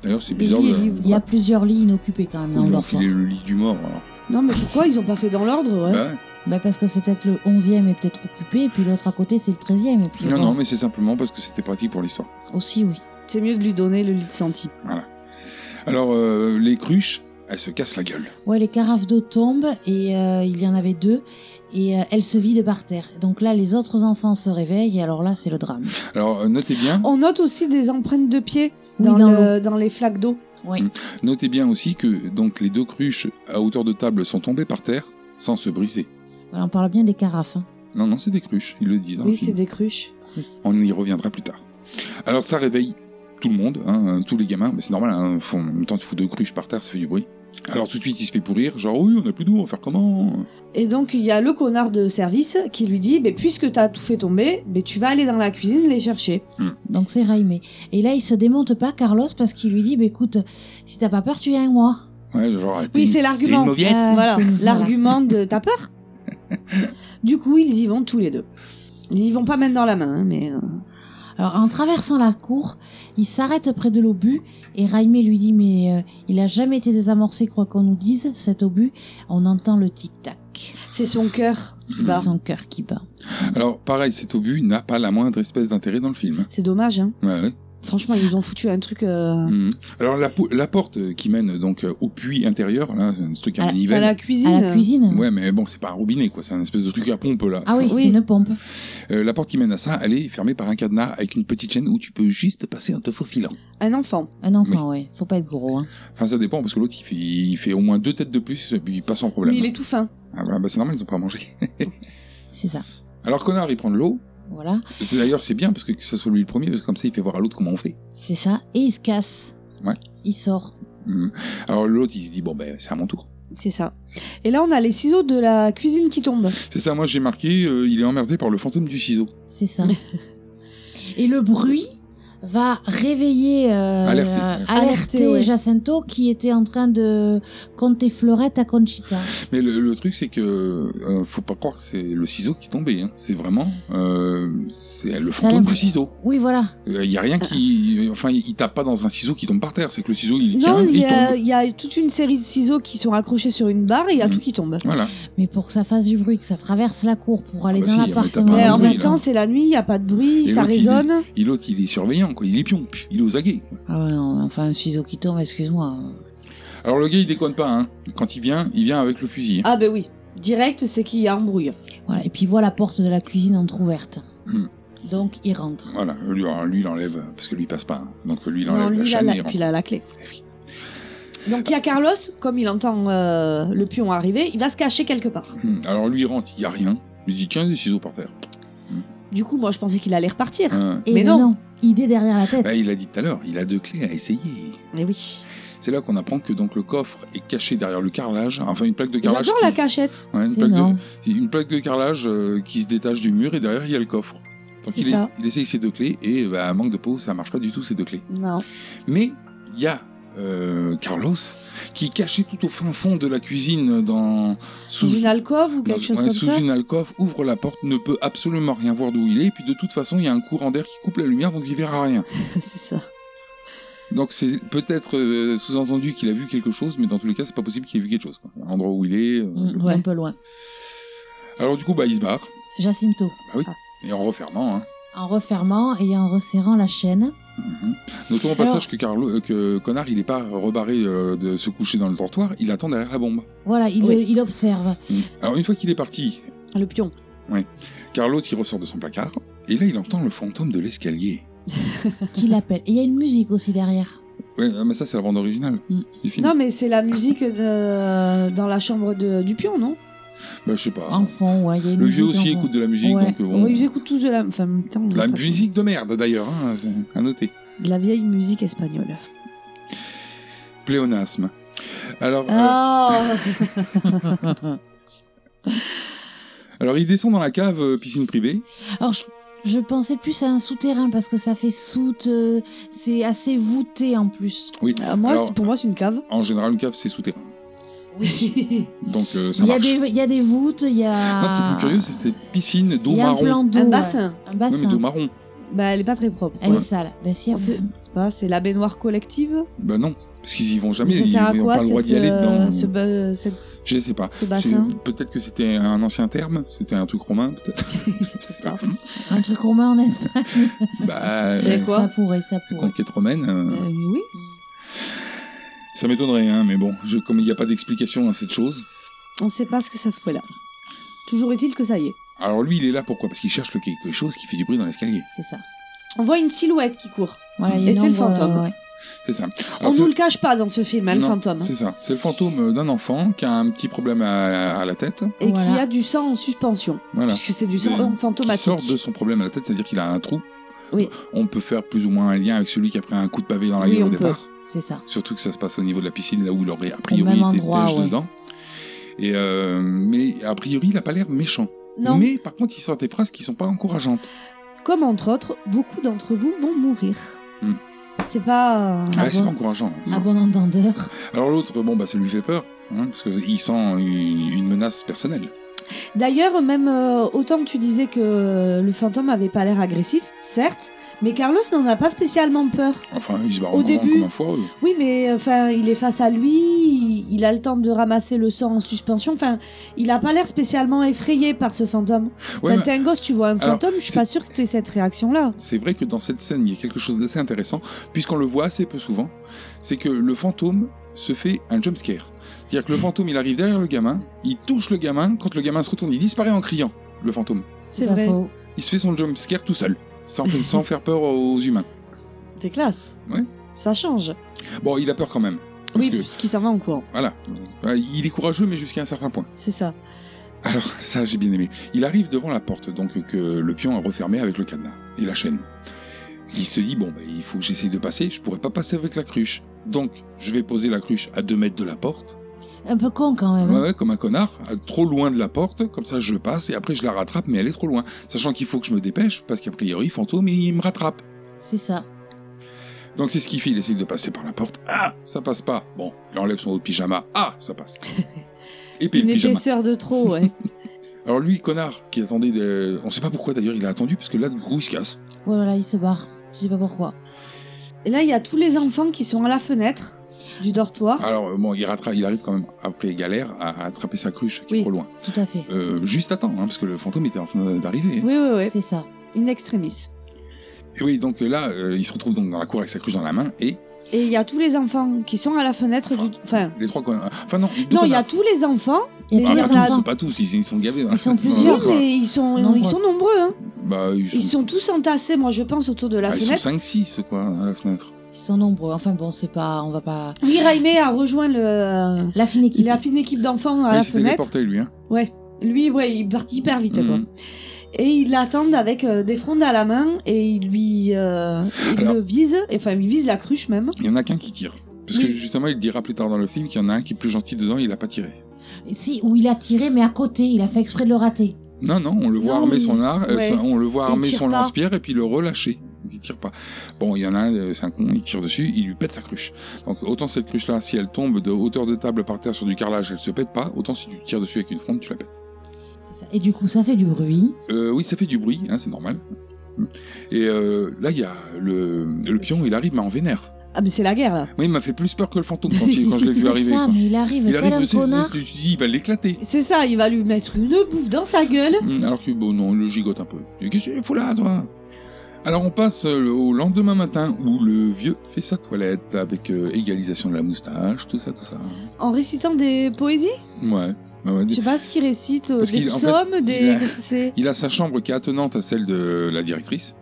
D'ailleurs c'est Le bizarre. lit de... est vide. Il y a plusieurs lits inoccupés quand même Ils dans lui ont l'orphelinat. filé le lit du mort. alors. Non, mais pourquoi ils ont pas fait dans l'ordre ouais. Bah ouais. Bah parce que c'est peut-être le 11e est peut-être occupé, et puis l'autre à côté c'est le 13e. Et puis Non, bon, non, mais c'est simplement parce que c'était pratique pour l'histoire. Aussi, oui. C'est mieux de lui donner le lit de Santi. Alors euh, les cruches, elles se cassent la gueule. Ouais, les carafes d'eau tombent, et euh, il y en avait deux, et euh, elles se vident par terre. Donc là, les autres enfants se réveillent, et alors là, c'est le drame. Alors euh, notez bien, On note aussi des empreintes de pieds Oui, dans, dans le- dans les flaques d'eau. Oui. notez bien aussi que donc les deux cruches à hauteur de table sont tombées par terre sans se briser. Voilà, on parle bien des carafes. hein. Non, non, c'est des cruches, ils le disent. dans le Oui, film. c'est des cruches. On y reviendra plus tard. Alors ça réveille tout le monde, hein, tous les gamins, mais c'est normal, hein, faut- en même temps tu fous deux cruches par terre, ça fait du bruit. Alors tout de suite il se fait pourrir, genre oui on a plus d'eau, on va faire comment Et donc, il y a le connard de service qui lui dit mais Puisque t'as tout fait tomber, mais tu vas aller dans la cuisine les chercher. Donc c'est Raimé. Et là, il se démonte pas, Carlos, parce qu'il lui dit bah, écoute, si t'as pas peur, tu viens avec moi. Ouais, genre, ah, t'es Oui, une- c'est t'es une l'argument. mauviette Euh, Voilà, Voilà. l'argument de t'as peur Du coup, ils y vont tous les deux. Ils y vont pas main dans la main, hein, mais. euh, Alors, en traversant la cour, il s'arrête près de l'obus et Raimé lui dit Mais euh, il a jamais été désamorcé, quoi qu'on nous dise, cet obus. On entend le tic-tac. C'est son cœur Bah, qui bat. C'est son cœur qui bat. Alors pareil, cet obus n'a pas la moindre espèce d'intérêt dans le film. C'est dommage, hein. Ouais, ouais. Franchement, ils ont foutu un truc. euh, Mhm. Alors la, pou- la porte euh, qui mène donc euh, au puits intérieur, là, c'est un truc à, À- à manivelle. À la cuisine. À la cuisine Ouais, mais bon, c'est pas un robinet, quoi, c'est un espèce de truc à pompe, là. Ah oui, Oui. c'est une pompe. Euh, la porte qui mène à ça, elle est fermée par un cadenas avec une petite chaîne où tu peux juste passer en te faufilant. euh, Un enfant. Un enfant, ouais. Faut pas être gros. Hein. Enfin, ça dépend, parce que l'autre, il fait, il fait au moins deux têtes de plus, et puis il passe sans problème. Mais il est tout fin. Ah, voilà, bah, c'est normal, ils ont pas à manger. C'est ça. Alors, Connard, il prend de l'eau. Voilà. C'est- D'ailleurs, c'est bien, parce que, que ça soit lui le premier, parce que comme ça, il fait voir à l'autre comment on fait. C'est ça. Et il se casse. Ouais. Il sort. Mhm. Alors, l'autre, il se dit, bon, ben, c'est à mon tour. C'est ça. Et là, on a les ciseaux de la cuisine qui tombent. C'est ça, moi, j'ai marqué, euh, il est emmerdé par le fantôme du ciseau. C'est ça. et le bruit va réveiller euh, Alerter. euh, Alerter, alerter ouais. Jacinto qui était en train de compter Fleurette à Conchita. Mais le, le truc, c'est que, euh, faut pas croire que c'est le ciseau qui est tombé, hein. C'est vraiment, euh, c'est le Ça a fantôme du l'impression- ciseau. Oui, voilà. Il y a rien qui, euh, enfin, il tape pas dans un ciseau qui tombe par terre. C'est que le ciseau, il tient, Non, il y, il a, tombe. il y a toute une série de ciseaux qui sont accrochés sur une barre et il y a Mm. tout qui tombe. Voilà. Mais pour que ça fasse du bruit, que ça traverse la cour pour aller bah si, dans mais l'appartement. t'as Mais pas en bruit, même temps, là. c'est la nuit, il n'y a pas de bruit, hein. Et ça l'autre, il est- résonne. Et l'autre, il est surveillant, quoi. Il est pion, pff, il est aux aguets. quoi. Ah ouais, non, mais enfin, un ciseau qui tombe, excuse-moi. Alors le gars, il déconne pas, hein. Quand il vient, il vient avec le fusil. hein. Ah, ben oui. Direct, c'est qu'il y a Oh embrouille. Voilà. Et puis il voit la porte de la cuisine entr'ouverte. Hmm. Donc il rentre. Voilà, lui, alors, lui, il enlève, parce que lui, il passe pas. hein. Donc lui, il enlève Ah. Non, la lui, il a chaîne la, et il rentre. puis il a la clé. Eh oui. Donc il y a Carlos, comme il entend euh, le pion arriver, il va se cacher quelque part. Hum, Alors lui, il rentre, il y a rien. Il dit, tiens, des ciseaux par terre. Du coup, moi je pensais qu'il allait repartir. Hein. Et Mais ben non. idée derrière la tête. Bah, il a dit tout à l'heure, il a deux clés à essayer. Mais oui. C'est là qu'on apprend que donc le coffre est caché derrière le carrelage, enfin une plaque de carrelage. J'adore qui- la cachette. Ouais, une, C'est plaque de... énorme. une plaque de carrelage euh, qui se détache du mur et derrière il y a le coffre. Donc C'est il, est- ça. il essaye ses deux clés et bah, manque de peau, ça marche pas du tout ces deux clés. Non. Mais il y a euh, Carlos qui est caché tout au fin fond de la cuisine dans sous, Sous une alcôve ou dans- quelque chose ouais, comme sous ça. une alcôve, ouvre la porte, ne peut absolument rien voir d'où il est. Et puis de toute façon, il y a un courant d'air qui coupe la lumière, donc il verra rien. c'est ça. Donc c'est peut-être euh, sous-entendu qu'il a vu quelque chose, mais dans tous les cas, c'est pas possible qu'il ait vu quelque chose. quoi. L'endroit où il est. euh, Hmm, le- c'est un Mm, Ouais. peu loin. Alors du coup, bah il se barre Jacinto. et en refermant. Hein. En refermant et en resserrant la chaîne. Mhm. Notons au passage que, Carlo, euh, que Connard, il n'est pas rebarré euh, de se coucher dans le dortoir, il attend derrière la bombe. Voilà, il, euh, Oui. il observe. Mm. Alors une fois qu'il est parti, Le pion. Carlos il ressort de son placard, et là il entend le fantôme de l'escalier. qui l'appelle. Et il y a une musique aussi derrière. Ouais, euh, mais ça c'est la bande originale Mm. du film. Non, mais c'est la musique de... dans la chambre de... du pion, non Bah, je sais pas. Enfant, ouais, il y a une Le musique vieux aussi enfant. écoute de la musique, Ouais. donc euh, bon. Oui, Ils écoutent tous de la... Enfin, en même temps, pas- La musique de merde d'ailleurs, hein, c'est à noter. De la vieille musique espagnole. Pléonasme. Alors, Ah euh, alors il descend dans la cave euh, piscine privée. Alors, je, je pensais plus à un souterrain parce que ça fait soute, euh, c'est assez voûté en plus. Oui. Euh, moi, Alors, c'est- Pour moi, c'est une cave. En général, une cave c'est souterrain, Oui. donc euh, ça Il y, a marche. des, il y a des voûtes, il y a. Non, ce qui est Ah. plus curieux, c'est cette piscine d'eau il y a un marron. plan d'eau. Un ouais. bassin. Un Ouais, bassin. mais d'eau marron. euh, Bah, elle est pas très propre. Elle Ouais. est sale. Ben, si, On sait- C'est pas, c'est la baignoire collective. Bah non, parce qu'ils y vont jamais. ça Ah, Ils sert à n'ont quoi pas le droit d'y cette, aller euh, dedans. ce ba- cette- Je sais pas. ce bassin C'est- Peut-être que c'était un ancien terme, c'était un truc romain, peut-être. Je sais pas. un truc romain en Espagne. Bah, Et euh, quoi ça pourrait, ça la pourrait. conquête romaine, euh, Euh, oui. ça m'étonnerait, hein, mais bon, je- comme il n'y a pas d'explication à cette chose. On sait pas ce que ça fait là. Toujours est-il que ça y est. Alors lui, il est là pourquoi Parce qu'il cherche le quelque chose qui fait du bruit dans l'escalier. C'est ça. On voit une silhouette qui court. Voilà, il y a Et une c'est le ombre, fantôme. euh, ouais. C'est on ça. Alors, nous Ah, c'est- le cache pas dans ce film, hein, le Non, fantôme. C'est ça. C'est le fantôme euh, d'un enfant qui a un petit problème à, à la tête. Et qui Voilà. a du sang en suspension. Voilà. Puisque c'est du sang Mais- Qui fantomatique. sort de son problème à la tête, c'est-à-dire qu'il a un trou. Oui. On peut faire plus ou moins un lien avec celui qui a pris un coup de pavé dans la Oui, gueule au on peut. départ. C'est ça. Surtout que ça se passe au niveau de la piscine, là où il aurait a priori même été endroit, têche ouais. dedans. Et euh, mais a priori, il a pas l'air méchant. Non, Mais par contre, il sort des phrases qui sont pas encourageantes. comme entre autres, beaucoup d'entre vous vont mourir. Hmm. C'est pas. euh, Ah, Ah c'est bon pas encourageant. ça. À bon entendeur. Alors l'autre, bon bah ça lui fait peur, hein, parce qu'il sent une, une menace personnelle. D'ailleurs, même euh, autant tu disais que le fantôme avait pas l'air agressif, certes, mais Carlos n'en a pas spécialement peur. Enfin, il se barre Au en courant début- comme un foireux. Oui, mais enfin, il est face à lui, il- il a le temps de ramasser le sang en suspension. Enfin, il a pas l'air spécialement effrayé par ce fantôme. Ouais, Enfin, mais t'es un gosse, tu vois un Alors, fantôme, je suis c'est- pas sûr que t'aies cette réaction-là. c'est vrai que dans cette scène, il y a quelque chose d'assez intéressant, puisqu'on le voit assez peu souvent, c'est que le fantôme se fait un jumpscare. C'est-à-dire que le fantôme, il arrive derrière le gamin, il touche le gamin, quand le gamin se retourne, il disparaît en criant, le fantôme. C'est pas vrai. faux. Il se fait son jumpscare tout seul, sans, sans faire peur aux humains. T'es classe. Ouais. Ça change. Bon, il a peur quand même. Parce oui, que, puisqu'il s'en va en courant. voilà, Ouais, il est courageux, mais jusqu'à un certain point. C'est ça. Alors, ça, j'ai bien aimé. Il arrive devant la porte, donc que le pion a refermé avec le cadenas et la chaîne. Il se dit, bon, ben, il faut que j'essaye de passer, je pourrais pas passer avec la cruche. Donc, je vais poser la cruche à deux mètres de la porte, Un peu con quand même. Ouais, hein. ouais, comme un connard, à- trop loin de la porte, comme ça je passe et après je la rattrape, mais elle est trop loin. Sachant qu'il faut que je me dépêche, parce qu'a priori, fantôme, il me rattrape. C'est ça. Donc, c'est ce qu'il fait, il essaye de passer par la porte. Ah, ça passe pas. Bon, il enlève son autre pyjama. Ah, ça passe. Et puis Une le pyjama. épaisseur de trop, ouais. Alors lui, connard, qui attendait, de... on sait pas pourquoi d'ailleurs il a attendu, parce que là, du coup, il se casse. Voilà, il se barre. Je sais pas pourquoi. Et là, il y a tous les enfants qui sont à la fenêtre du dortoir. Alors euh, bon, il, rattrape, il arrive quand même, après galère, à à attraper sa cruche, qui est Oui. trop loin. Tout à fait. Euh, juste à temps, hein, parce que le fantôme était en train d'arriver. hein. Oui, oui, oui. C'est ça. In extremis. Et oui, donc euh, là, euh, il se retrouve donc dans la cour avec sa cruche dans la main, et Et il y a tous les enfants qui sont à la fenêtre du. Enfin. les trois... con- Enfin non, deux Non, il y a connards. tous les enfants. Il y a Ah, les pas des tous, enfants. c'est pas tous, ils, ils sont gavés. hein. dans Ils sont la- plusieurs. dans Oui, la- mais ils sont, Nombreux. ils sont nombreux. Hein. Bah, ils sont, Ils sont tous entassés, moi, je pense, autour de la bah, ils sont fenêtre. 5-6, quoi, à la fenêtre. Ils sont nombreux. Enfin bon, c'est pas. On va pas. Oui, Raimé a rejoint le. euh, La fine équipe. Il a fait une équipe d'enfants à oui, la il s'est fenêtre. téléporté, lui. Hein. Ouais. Lui, ouais, il part hyper vite, quoi. Mhm. Et ils l'attendent avec euh, des frondes à la main et ils lui. euh, ils Alors- le visent, et, enfin, ils visent la cruche même. Il y en a qu'un qui tire. Parce que Oui. justement, il dira plus tard dans le film qu'il y en a un qui est plus gentil dedans, il a pas tiré. Si, où il a tiré, mais à côté. Il a fait exprès de le rater. Non, non, on le voit Non, armer il- son art, euh, ouais. son- on le voit Il armer tire son pas. lance-pierre et puis le relâcher. Il tire pas. Bon, il y en a un, euh, c'est un con, il tire dessus, il lui pète sa cruche. Donc autant cette cruche-là, si elle tombe de hauteur de table par terre sur du carrelage, elle se pète pas, autant si tu tires dessus avec une fronde, tu la pètes. C'est ça. Et du coup, ça fait du bruit. Euh, oui, ça fait du bruit, hein, c'est normal. Et euh, là, il y a le, le pion, il arrive, mais en vénère. Ah, mais c'est la guerre, là. Oui, il m'a fait plus peur que le fantôme quand, il- quand je l'ai vu C'est arriver. ça, quoi. mais il arrive Il tel arrive, un c'est- connard. je me suis dit, il va l'éclater. C'est ça, il va lui mettre une bouffe dans sa gueule. Mm, Alors que, bon, non, il le gigote un peu. Il dit, Qu'est-ce que tu fous là, toi Alors on passe euh, au lendemain matin où le vieux fait sa toilette avec euh, égalisation de la moustache, tout ça, tout ça. En récitant des poésies Mm. Ouais. Ouais, ouais. Je sais pas ce qu'il récite, euh, Parce des qu'il- en fait, psaumes, des. il a- qu'est-ce que c'est Il a sa chambre qui est attenante à celle de la directrice.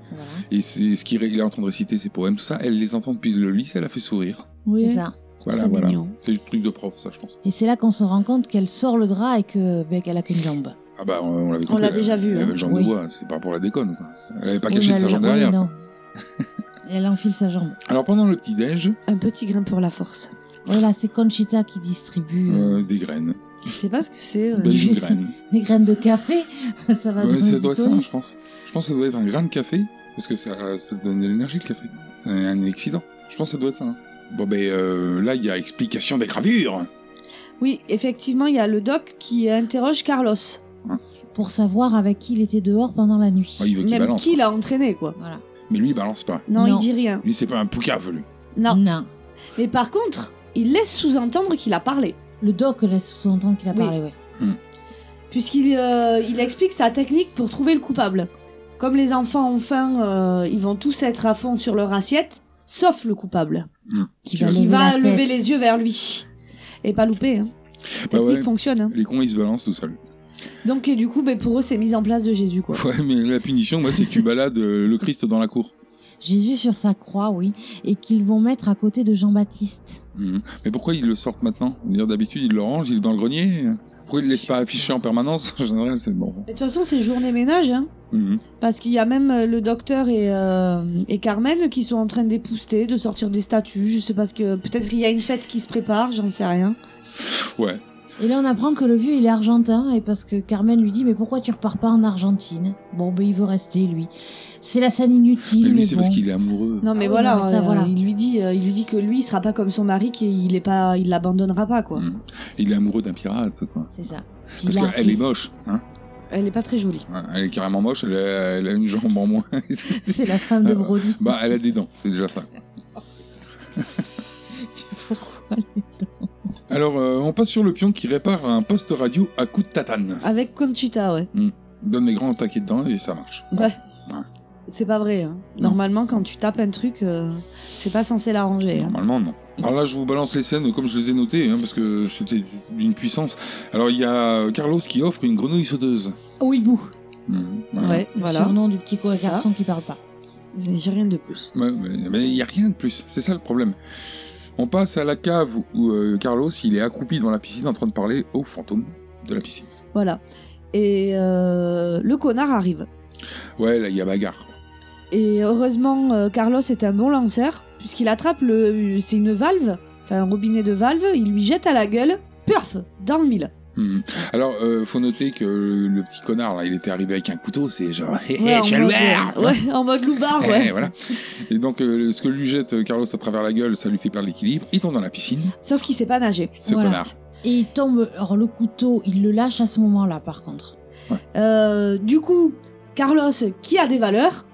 Et c'est ce qu'il est en train de réciter ses poèmes, tout ça. Elle les entend depuis le lycée, elle a fait sourire. C'est Oui. ça. Voilà, C'est voilà. mignon. C'est le truc de prof, ça, je pense. Et c'est là qu'on se rend compte qu'elle sort le drap et que ben, qu'elle a qu'une jambe. Ah bah, on, on l'avait On l'a déjà vu, Elle avait hein. le genre de Oui. bois, c'est pas pour la déconne, quoi. Elle avait pas Oui, caché mais sa elle- jambe oui, derrière. non. quoi. Et oh, elle enfile sa jambe. Alors pendant le petit-déj, Un petit grain pour la force. Voilà, c'est Conchita qui distribue euh, euh, des graines. Je sais pas ce que c'est. euh, Des je sais. graines. des graines de café. ça va Ouais, donner ça du doit être ça, tonique. je pense. Je pense que ça doit être un grain de café, parce que ça, ça donne de l'énergie, le café. C'est un accident. Je pense que ça doit être ça. hein. Bon, ben euh, là, il y a explication des gravures. Oui, effectivement, il y a le doc qui interroge Carlos. Pour savoir avec qui il était dehors pendant la nuit. Ouais, il veut qu'il Même balance. qui l'a entraîné, quoi. Voilà. Mais lui, il balance pas. Non, il Non. dit rien. Lui, c'est pas un poucave, lui. Non. Non. Mais par contre, il laisse sous-entendre qu'il a parlé. Le doc laisse sous-entendre qu'il a Oui. parlé, ouais. Puisqu'il euh, il explique sa technique pour trouver le coupable. Comme les enfants ont faim, euh, ils vont tous être à fond sur leur assiette, sauf le coupable, Qui Qui va, qui lever, va la lever tête. les yeux vers lui. Et pas louper, hein. La Bah technique ouais. fonctionne. hein. Les cons, ils se balancent tout seuls. Donc, et du coup, ben, pour eux, c'est mise en place de Jésus, quoi. Ouais, mais la punition, bah, c'est que tu balades euh, le Christ dans la cour. Jésus sur sa croix, oui, et qu'ils vont mettre à côté de Jean-Baptiste. Mhm. Mais pourquoi ils le sortent maintenant Dire D'habitude, ils le rangent, ils est dans le grenier. Pourquoi ils le laissent pas afficher en permanence En général, c'est bon. Mais De toute façon, c'est journée ménage, hein. Mhm. Parce qu'il y a même euh, le docteur et, euh, et Carmen qui sont en train d'épouster, de sortir des statues. Je sais pas ce que. Peut-être qu'il y a une fête qui se prépare, j'en sais rien. Ouais. Et là, on apprend que le vieux, il est argentin, et parce que Carmen lui dit, mais pourquoi tu repars pas en Argentine Bon, ben il veut rester, lui. C'est la scène inutile, Mais mais lui, c'est bon. parce qu'il est amoureux. Non, mais Ah oui, voilà, non, mais ça, euh, voilà. Il, lui dit, euh, il lui dit que lui, il sera pas comme son mari, qu'il est pas, il l'abandonnera pas, quoi. Mhm. Il est amoureux d'un pirate, quoi. C'est ça. Puis Parce là, qu'elle il- est moche, hein. Elle est pas très jolie. Ouais, Elle est carrément moche, elle a, elle a une jambe en moins. C'est la femme de Ah, Brody. bah, elle a des dents, c'est déjà ça. Pourquoi les dents Alors, euh, on passe sur le pion qui répare un poste radio à coups de tatane. Avec Conchita, ouais. Donne des grands taquets dedans et ça marche. Ouais. Ouais. C'est pas vrai. hein. Non. Normalement, quand tu tapes un truc, euh, c'est pas censé l'arranger. hein. Normalement, non. Alors là, je vous balance les scènes comme je les ai notées, hein, parce que c'était d'une puissance. Alors, il y a Carlos qui offre une grenouille sauteuse. Oui, bou. Mhm, voilà. Ouais, Le voilà. surnom du petit C'est ça. garçon qui parle pas. J'ai rien de plus. Ouais, mais- mais il n'y a rien de plus, c'est ça le problème. On passe à la cave où euh, Carlos, il est accroupi dans la piscine en train de parler au fantôme de la piscine. Voilà. Et euh, le connard arrive. Ouais, là, il y a bagarre. Et heureusement, euh, Carlos est un bon lanceur, puisqu'il attrape le. C'est une valve, enfin un robinet de valve, il lui jette à la gueule, perf, dans le mille. Mhm. Alors, euh, faut noter que le petit connard, là, il était arrivé avec un couteau, c'est genre, hé hé, Ouais, je suis en un mode, loupard euh, ouais, en mode loupard, Eh, ouais. voilà. Et donc, euh, ce que lui jette euh, Carlos à travers la gueule, ça lui fait perdre l'équilibre. Il tombe dans la piscine, Sauf qu'il sait pas nager. ce Voilà. connard. Et il tombe. Alors, le couteau, il le lâche à ce moment-là, par contre. Euh, du coup, Carlos, qui a des valeurs,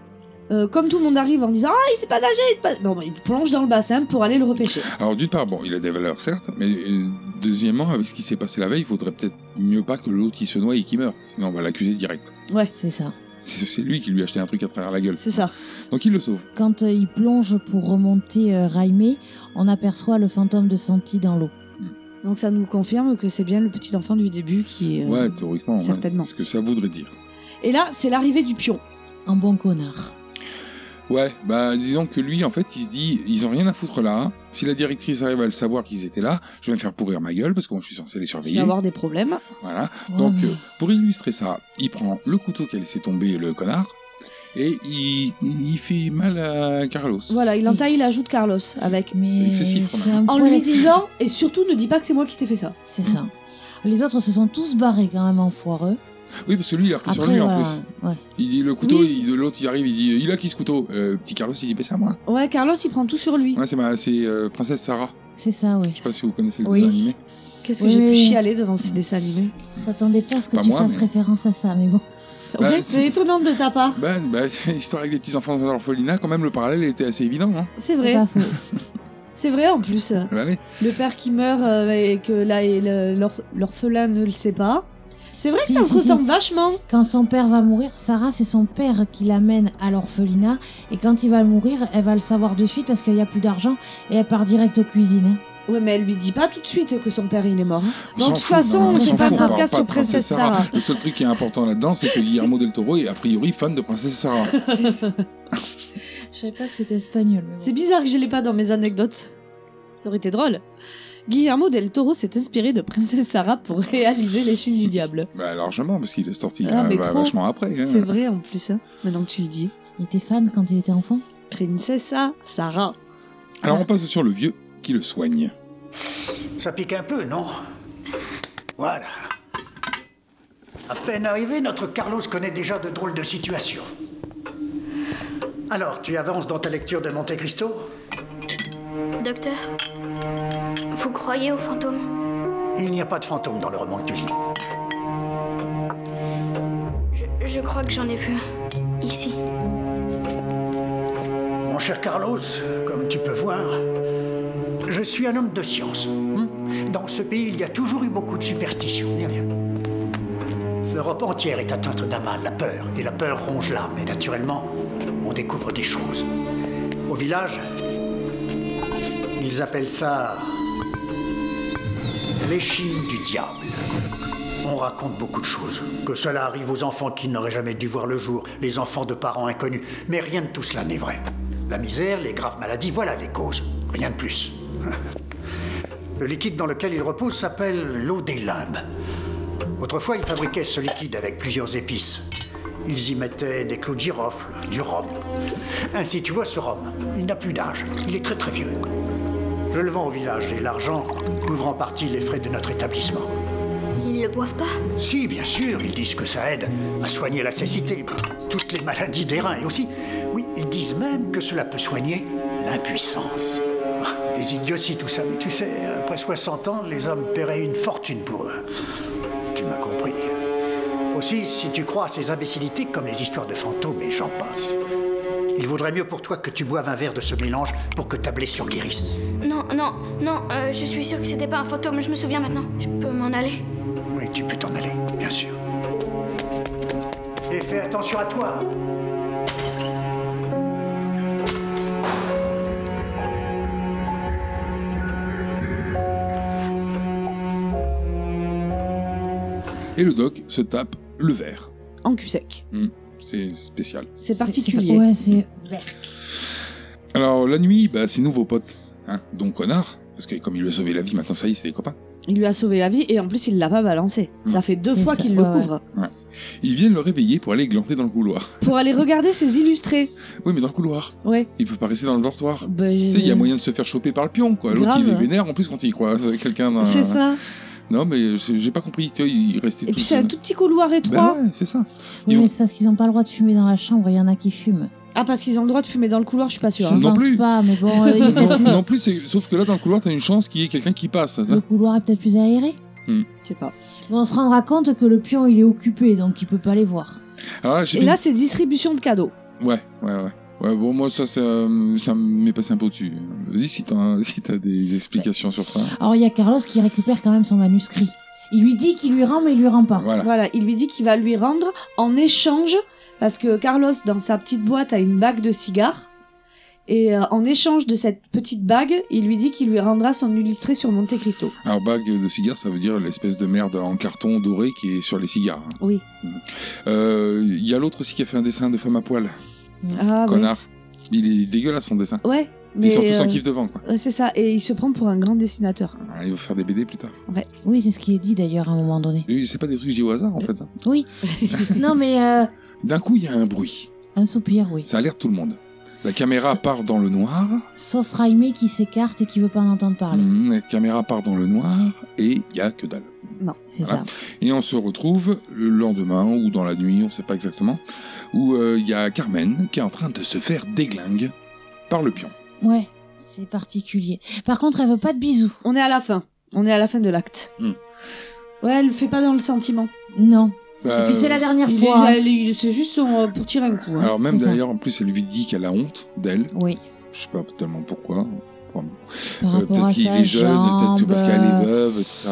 euh, comme tout le monde arrive en disant Ah, il sait pas nager il sait pas... Bon, bah, il plonge dans le bassin pour aller le repêcher. Alors, d'une part, bon, il a des valeurs, certes, mais euh, deuxièmement, avec ce qui s'est passé la veille, il faudrait peut-être mieux pas que l'autre il se noie et qu'il meure. Sinon, on va l'accuser direct. C'est ça. C'est c'est lui qui lui a acheté un truc à travers la gueule. C'est ça. Donc, il le sauve. Quand euh, il plonge pour remonter euh, Raimé, on aperçoit le fantôme de Santi dans l'eau. Donc ça nous confirme que c'est bien le petit enfant du début qui. est, euh, Ouais, théoriquement, ouais, certainement. ce que ça voudrait dire. Et là, c'est l'arrivée du pion. Un bon connard. Ouais, bah disons que lui, en fait, il se dit, ils ont rien à foutre là. hein. Si la directrice arrive à le savoir qu'ils étaient là, je vais me faire pourrir ma gueule parce que moi je suis censé les Il va surveiller. avoir des problèmes. Voilà. Ouais, Donc mais euh, pour illustrer ça, il prend le couteau qu'a laissé tomber le connard et il, il fait mal à Carlos. Voilà, il entaille la joue de Carlos avec. mais excessif, c'est quand même. un En poil lui ex- disant, et surtout ne dis pas que c'est moi qui t'ai fait ça. C'est ça. Les autres se sont tous barrés quand même en foireux. Oui, parce que lui, il a repris sur lui en voilà, plus. ouais. Il dit le couteau, Oui. il- de l'autre, il arrive, il dit, il a qui ce couteau Euh, Petit Carlos, il dit, ben c'est à moi. Ouais, Carlos, il prend tout sur lui. Ouais, c'est ma, c'est euh, Princesse Sarah. c'est ça, oui. Je sais pas si vous connaissez le Oui. dessin animé. Qu'est-ce que Oui, j'ai oui, pu oui. chialer devant ce dessin animé S'attendait pas à ce que Pas tu moi, fasses mais- référence à ça, mais bon. Bah, Ouais, c'est- c'est étonnant de ta part. Bah, bah, histoire avec des petits enfants dans un orphelinat, quand même, le parallèle était assez évident, hein. non C'est c'est vrai, pas faux. c'est vrai en plus. Bah oui. Le père qui meurt euh, et que là et le- l'orph- l'orphelin ne le sait pas. C'est vrai Si, que ça si, se si. ressemble vachement. Quand son père va mourir, Sarah, c'est son père qui l'amène à l'orphelinat. Et quand il va mourir, elle va le savoir de suite parce qu'il n'y a plus d'argent et elle part direct aux cuisines. Ouais, mais elle lui dit pas tout de suite que son père il est mort. hein. On Bon, s'en de toute fout, façon, non, on c'est s'en pas grave, fout, on parle place pas sur de Princesse Princesse Sarah. Le seul truc qui est important là-dedans, c'est que Guillermo del Toro est a priori fan de Princesse Sarah. Je savais pas que c'était espagnol. C'est bizarre que je l'ai pas dans mes anecdotes. Ça aurait été drôle. Guillermo del Toro s'est inspiré de Princesse Sarah pour réaliser les Chines du diable. Bah, largement, parce qu'il est sorti Ah, euh, mais bah, trop. vachement après. hein. C'est vrai en plus, hein, maintenant que tu le dis. Il était fan quand il était enfant. Princesse Sarah. Alors on passe sur le vieux qui le soigne. Ça pique un peu, non Voilà. À peine arrivé, notre Carlos connaît déjà de drôles de situations. Alors, tu avances dans ta lecture de Monte Cristo Docteur, vous croyez aux fantômes Il n'y a pas de fantôme dans le roman que tu lis. je, je crois que j'en ai vu un. Ici. Mon cher Carlos, comme tu peux voir, je suis un homme de science. hmm Dans ce pays, il y a toujours eu beaucoup de superstitions. Viens, viens. L'Europe entière est atteinte d'un mal, la peur, et la peur ronge l'âme. Et naturellement, on découvre des choses. Au village, ils appellent ça l'échine du diable. On raconte beaucoup de choses. Que cela arrive aux enfants qui n'auraient jamais dû voir le jour, les enfants de parents inconnus. Mais rien de tout cela n'est vrai. La misère, les graves maladies, voilà les causes. Rien de plus. Le liquide dans lequel il repose s'appelle l'eau des limbes. Autrefois, ils fabriquaient ce liquide avec plusieurs épices. Ils y mettaient des clous de girofle, du rhum. Ainsi, tu vois ce rhum, il n'a plus d'âge. Il est très très vieux. Je le vends au village et l'argent couvre en partie les frais de notre établissement. Ils le boivent pas Si, bien sûr, ils disent que ça aide à soigner la cécité, toutes les maladies des reins et aussi, oui, ils disent même que cela peut soigner l'impuissance. Ah, Des idioties tout ça, mais tu sais, après 60 ans, les hommes paieraient une fortune pour eux. Tu m'as compris. Aussi, si tu crois à ces imbécilités comme les histoires de fantômes et j'en passe, il vaudrait mieux pour toi que tu boives un verre de ce mélange pour que ta blessure guérisse. Non, non, non, euh, je suis sûre que c'était pas un fantôme, je me souviens maintenant. Je peux m'en aller Oui, tu peux t'en aller, bien sûr. Et fais attention à toi. Et le doc se tape le verre. En cul sec. C'est spécial. C'est C'est particulier. pas- Ouais, c'est. Alors la nuit, bah, ses nouveaux potes, hein, dont Connard, parce que comme il lui a sauvé la vie, maintenant ça y est, c'est des copains. Il lui a sauvé la vie et en plus il l'a pas balancé. Mm. Ça fait deux C'est fois ça, qu'il le ouais, ouais. couvre. Ils viennent le réveiller pour aller glander dans le couloir. Pour aller regarder ses illustrés. Oui, mais dans le couloir. Ouais. Il peut pas rester dans le dortoir. Ben, Tu j'ai- sais, il y a moyen de se faire choper par le pion, quoi. L'autre, il Grave. est vénère, en plus, quand il croise quelqu'un dans... C'est ça. Non, mais c'est- j'ai pas compris, tu vois, il restait Et tous, puis c'est euh, un tout petit couloir étroit. Ben ouais, c'est ça. Oui, Ils vont- mais c'est parce qu'ils n'ont pas le droit de fumer dans la chambre. Il y en a qui fument. Ah, parce qu'ils ont le droit de fumer dans le couloir, je suis pas sûre. hein. Je Non pense plus. pas, mais bon, euh, il est non, peut-être plus- non plus, c'est- sauf que là, dans le couloir, t'as une chance qu'il y ait quelqu'un qui passe. le couloir est peut-être plus aéré. hein. Je sais pas. Mais on se rendra compte que le pion, il est occupé, donc il peut pas les voir. Alors là, j'ai Et bien- là, c'est distribution de cadeaux. Ouais, ouais, ouais. Ouais, bon, moi, ça, ça, euh, ça m'est passé un peu au-dessus. Vas-y, si t'as si t'as des explications sur ça. Alors il y a Carlos qui récupère quand même son manuscrit. Il lui dit qu'il lui rend, mais il lui Ah. rend pas. Voilà. Voilà, il lui dit qu'il va lui rendre en échange, parce que Carlos, dans sa petite boîte, a une bague de cigares. Et euh, en échange de cette petite bague, il lui dit qu'il lui rendra son illustré sur Monte Cristo. Alors, bague de cigares, ça veut dire l'espèce de merde en carton doré qui est sur les cigares. hein. Oui. Euh, Il y a l'autre aussi qui a fait un dessin de femme à poil. Ah, ouais. Connard. Il est dégueulasse, son dessin. Ouais, Ils sont tous euh, en kiff devant, quoi. ouais, c'est ça, et il se prend pour un grand dessinateur. Ah, Il va faire des BD plus tard. Oui, c'est ce qui est dit d'ailleurs à un moment donné. Et C'est pas des trucs que je dis au hasard, en euh. fait. hein. Oui. non, mais euh, D'un coup, il y a un bruit. un soupir, oui. Ça alerte tout le monde. La caméra Ça- part dans le noir. Sauf Raimé qui s'écarte et qui veut pas en entendre parler. Mm. Mhm, la caméra part dans le noir et il y a que dalle. C'est Voilà. ça. Et on se retrouve le lendemain ou dans la nuit, on sait pas exactement, où euh, il y a Carmen qui est en train de se faire déglingue par le pion. Ouais, c'est particulier. Par contre, elle veut pas de bisous. On est à la fin. On est à la fin de l'acte. Hmm. Ouais, elle le fait pas dans le sentiment. Non. Euh, Et puis c'est la dernière Il est- fois. hein. elle est- c'est juste son, euh, pour tirer un coup. hein. Alors même C'est ça. d'ailleurs, en plus, elle lui dit qu'elle a honte d'elle. Oui. Je sais pas tellement pourquoi. quoi. Par Euh, rapport peut-être à qu'il sa est jeune, peut-être que jambe, parce qu'elle euh, est veuve, tout ça.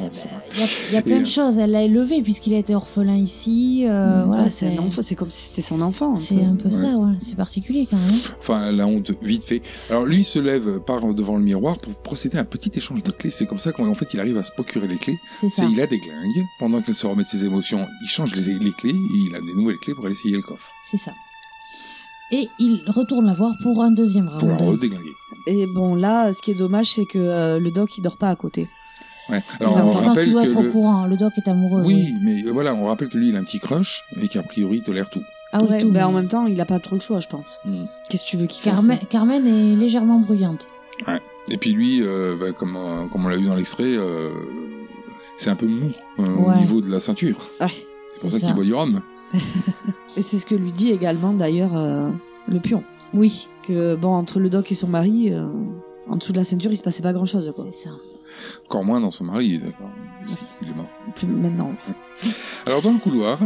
on- on sait pas. Il y a, il y a plein Et- euh, de choses. Elle l'a élevé puisqu'il a été orphelin ici. euh, voilà, Mm. Ouais, c'est un enfant, c'est comme si c'était son enfant. hein. un C'est peu. un peu Ouais. ça, ouais. C'est particulier quand même. Enfin, la honte, vite fait. Alors lui se lève, part devant le miroir pour procéder à un petit échange de clés. C'est comme ça qu'en fait il arrive à se procurer les clés. C'est ça. C'est il a des glingues. Pendant qu'elle se remet de ses émotions, il change les, les clés et il a des nouvelles clés pour aller essayer le coffre. C'est ça. Et il retourne la voir pour un deuxième round. Pour la redéglinguer. Et bon, là, ce qui est dommage, c'est que euh, le doc, il dort pas à côté. Ouais. Il Alors a- on je pense rappelle qu'il doit que être au le- courant. hein. Le doc est amoureux. Oui, mais euh, voilà, on rappelle que lui, il a un petit crush et qu'a priori, il tolère tout. Ah oui, Ouais, tout. ben, mais en même temps, il a pas trop le choix, je pense. Mm. Qu'est-ce que tu veux qu'il fasse Carmen, Carmen est légèrement bruyante. Et puis lui, euh, bah, comme, euh, comme on l'a vu dans l'extrait, euh, c'est un peu mou euh, au Ouais. niveau de la ceinture. Ouais. C'est pour C'est ça, ça. qu'il boit du rhum. Et c'est ce que lui dit également, d'ailleurs, euh, le pion. Oui. Que, bon, entre le doc et son mari, euh, en dessous de la ceinture, il se passait pas grand-chose, quoi. C'est ça. Encore moins dans son mari, d'accord. Il est mort. Plus maintenant. Alors dans le couloir,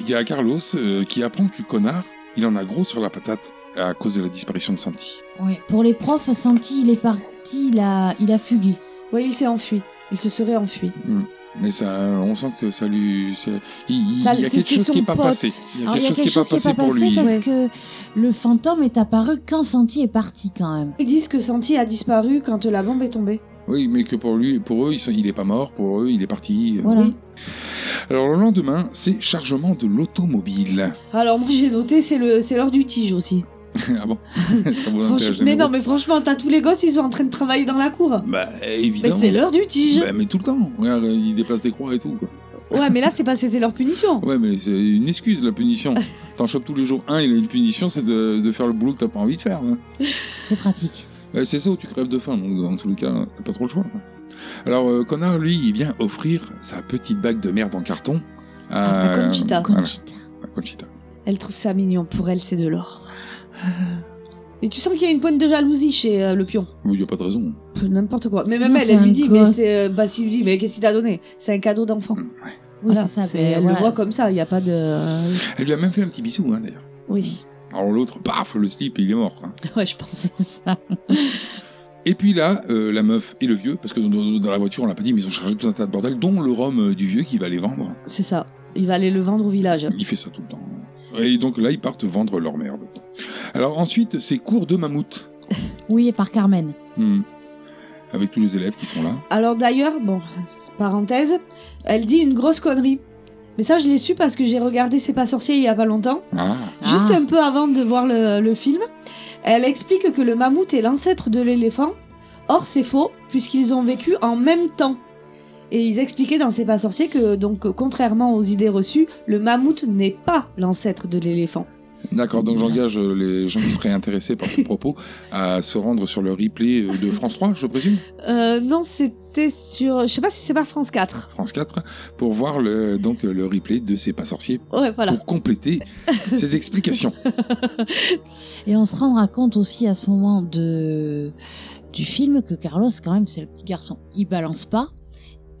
il y a Carlos euh, qui apprend que connard, il en a gros sur la patate à cause de la disparition de Santi. Ouais. Pour les profs, Santi, il est parti. Il a, il a fugué. Ouais, il s'est enfui. Il se serait enfui. Mais ça, on sent que ça lui, ça- il, il- Ça- il y a c'était quelque chose son qui n'est pas pote. passé. Il y a Alors, quelque chose qui n'est pas passé pour lui. parce Ouais. que le fantôme est apparu quand Santi est parti quand même. Ils disent que Santi a disparu quand la bombe est tombée. Oui, mais que pour lui, pour eux, ils sont- il n'est pas mort. Pour eux, il est parti. Voilà. Alors le lendemain, c'est chargement de l'automobile. Alors, moi, j'ai noté, c'est le, c'est l'heure du tige aussi. ah bon Très bon Franchement- intérêt mais généraux. non, mais franchement, t'as tous les gosses, ils sont en train de travailler dans la cour. Bah Mais évidemment. c'est l'heure du tige. Bah, mais tout le temps. Regarde, il déplace des croix et tout. Quoi. Ouais, mais là, c'est pas, c'était leur punition. Ouais, mais c'est une excuse la punition. T'en chopes tous les jours un, il a une punition, c'est de, de faire le boulot que t'as pas envie de faire. hein. C'est pratique. Euh, c'est ça où tu crèves de faim, donc dans tous les cas, t'as pas trop le choix. quoi. Alors, euh, Connard, lui, il vient offrir sa petite bague de merde en carton à, À Conchita. voilà, Conchita. à Conchita. Elle trouve ça mignon. Pour elle, c'est de l'or. Mais tu sens qu'il y a une pointe de jalousie chez euh, le pion. Il n'y a pas de raison. Pff, N'importe quoi. Mais même Non, elle, c'est elle lui un dit, mais gosse. c'est, euh, bah, si lui dit, mais qu'est-ce qu'il t'a donné C'est un cadeau d'enfant. Mm, ouais. Oui, Voilà, c'est ça. c'est- ben, elle voilà. le voit comme ça. Il n'y a pas de. euh, Elle lui a même fait un petit bisou, hein, d'ailleurs. Oui. Alors, l'autre, paf, le slip, il est mort. quoi. Ouais, je pense. C'est ça. Et puis là, euh, la meuf et le vieux, parce que dans, dans la voiture, on l'a pas dit, mais ils ont chargé tout un tas de bordel, dont le rhum euh, du vieux qui va les vendre. C'est ça. Il va aller le vendre au village. Il fait ça tout le temps. Et donc là, ils partent vendre leur merde. Alors ensuite, c'est cours de mammouth. Oui, et par Carmen. Hmm. Avec tous les élèves qui sont là. Alors d'ailleurs, bon, parenthèse, elle dit une grosse connerie. Mais ça, je l'ai su parce que j'ai regardé C'est pas sorcier il y a pas longtemps, Ah, juste Ah. un peu avant de voir le, le film. Elle explique que le mammouth est l'ancêtre de l'éléphant. Or, c'est faux, puisqu'ils ont vécu en même temps. Et ils expliquaient dans C'est pas sorcier que, donc, contrairement aux idées reçues, le mammouth n'est pas l'ancêtre de l'éléphant. d'accord. Donc j'engage euh, les gens qui seraient intéressés par ce propos à se rendre sur le replay euh, de France 3, je présume, Euh, non, c'était sur. Je sais pas si c'est pas France 4. France 4, pour voir le, donc le replay de C'est pas sorcier Ouais, voilà. pour compléter ses explications. Et on se rendra compte aussi à ce moment de du film que Carlos, quand même, c'est le petit garçon. Il balance pas.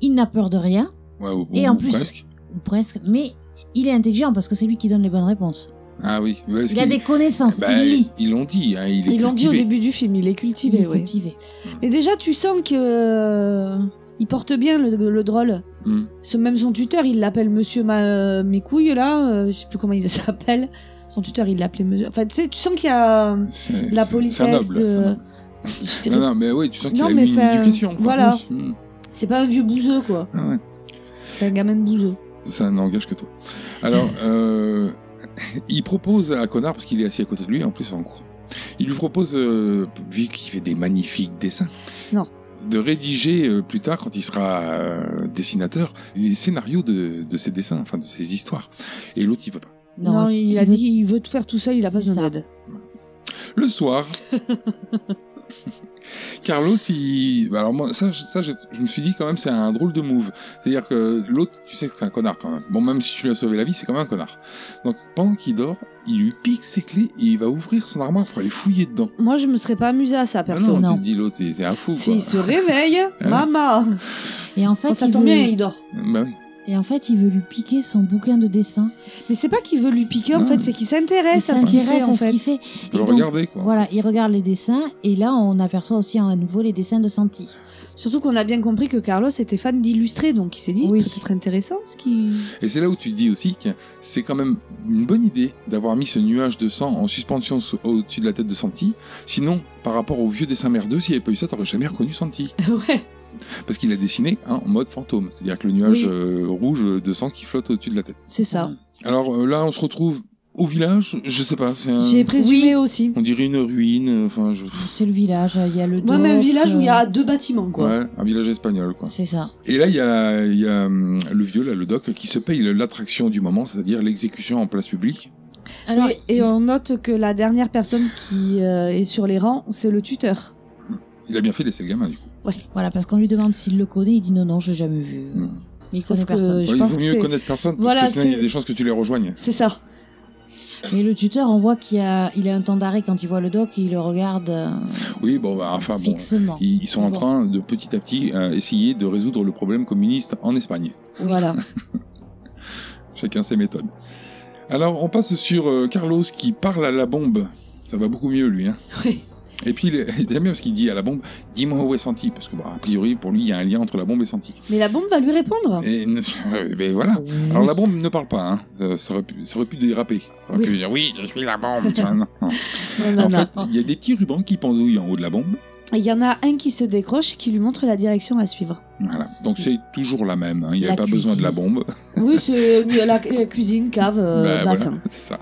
Il n'a peur de rien, Ouais, ou- Et ou en plus- presque. ou presque. Mais il est intelligent parce que c'est lui qui donne les bonnes réponses. Ah oui. ouais, parce Il a qu'il- des connaissances. Ben, Bah, il lit. Ils l'ont dit. hein, il est Ils l'ont dit au cultivé. début du film, il est Il cultivé, est oui. cultivé. Mais déjà, tu sens que euh, il porte bien le, le drôle. Hmm. Ce même son tuteur, il l'appelle Monsieur Ma, euh, mes couilles là, euh, je sais plus comment il s'appelle. Son tuteur, il l'appelait Monsieur. Enfin, tu sais, tu sens qu'il y a. C'est- La c'est- c'est un politesse noble, c'est un de- noble. je sais Non, pas, non, mais oui, tu sens qu'il Non, a eu mais une fin, éducation. quoi. voilà. Oui. Mm. C'est pas un vieux bouseux quoi. Ah ouais, C'est un gamin de bouseux. ça n'engage que toi. Alors, euh, il propose à Connard, parce qu'il est assis à côté de lui, en plus en cours, il lui propose, euh, vu qu'il fait des magnifiques dessins, Non. de rédiger euh, plus tard, quand il sera euh, dessinateur, les scénarios de, de ses dessins, enfin de ses histoires. Et l'autre, il veut pas. Non, il, a veut- dit qu'il veut tout faire tout seul, il a pas C'est besoin ça. d'aide. Le soir. Carlos, il... bah Alors moi, ça, je- ça je, je me suis dit quand même, c'est un drôle de move. C'est-à-dire que l'autre, tu sais que c'est un connard quand même. Bon, même si tu lui as sauvé la vie, c'est quand même un connard. Donc pendant qu'il dort, il lui pique ses clés et il va ouvrir son armoire pour aller fouiller dedans. Moi, je me serais pas amusée à ça, Ah perso. non, non. tu te dis l'autre, c'est c'est un fou. S'il Quoi. Hein se réveille, maman, Et en fait, oh, ça il tombe veut- bien, il dort. Bah oui. Et en fait, il veut lui piquer son bouquin de dessin. Mais c'est pas qu'il veut lui piquer, en Non. fait, c'est qu'il s'intéresse il à ce qu'il Eh, fait, s'intéresse en à ce fait. qu'il fait. Tu Et peux donc, regarder, quoi. Voilà, il regarde les dessins et là, on aperçoit aussi à nouveau les dessins de Santi. Surtout qu'on a bien compris que Carlos était fan d'illustrés, donc il s'est dit, Oui. c'est peut-être intéressant ce qui... Et c'est là où tu te dis aussi que c'est quand même une bonne idée d'avoir mis ce nuage de sang en suspension sous- au-dessus de la tête de Santi. Sinon, par rapport au vieux dessin merdeux, s'il n'y avait pas eu ça, t'aurais jamais reconnu Santi. ouais. Parce qu'il a dessiné hein, en mode fantôme, c'est-à-dire que le nuage Oui. euh, rouge de sang qui flotte au-dessus de la tête. C'est ça. Alors euh, là, on se retrouve au village, je sais pas, c'est un- Mm. J'ai présumé aussi. on dirait une ruine, euh, enfin, je... Ah, C'est le village, il y a le Moi, même dock, village où il y euh, a deux bâtiments, quoi. ouais, un village espagnol, quoi. C'est ça. Et là, il y a, il y a hum, le vieux, là, le doc, qui se paye l'attraction du moment, c'est-à-dire l'exécution en place publique. Alors, Oui, et on note que la dernière personne qui euh, est sur les rangs, c'est le tuteur. Il a bien fait de laisser le gamin, du coup. voilà, parce qu'on lui demande s'il le connaît, il dit non, non, j'ai jamais vu. Mm. Mais il Sauf connaît que- personne. Je Ouais, il pense vaut que mieux c'est- connaître personne, Voilà, parce que sinon, il y a c'est- des chances que tu les rejoignes. C'est ça. Mais le tuteur, on voit qu'il a, il a un temps d'arrêt quand il voit le doc, il le regarde euh, Oui, bon, bah, enfin, bon. fixement. Ils ils sont en Bon. train de petit à petit euh, essayer de résoudre le problème communiste en Espagne. Voilà. Chacun ses méthodes. Alors, on passe sur euh, Carlos qui parle à la bombe. Ça va beaucoup mieux, lui. Hein. Oui. Et puis, il est- il aime bien parce qu'il dit à la bombe Dis-moi où est Santi. Parce que, bah, a priori, pour lui, il y a un lien entre la bombe et Santi. Mais la bombe va lui répondre. Et ne- ben voilà. Alors la bombe ne parle pas, hein. Euh, ça, aurait pu, ça aurait pu déraper. Ça aurait Oui. pu dire oui, je suis la bombe. tu vois, non. Non, non, En non. fait, il y a des petits rubans qui pendouillent en haut de la bombe. Il y en a un qui se décroche et qui lui montre la direction à suivre. Voilà. Donc c'est toujours la même. hein. Il n'y La avait pas besoin de la cuisine. bombe. Oui, c'est euh, la, la cuisine, cave, euh, Ben, voilà, bassin. c'est ça.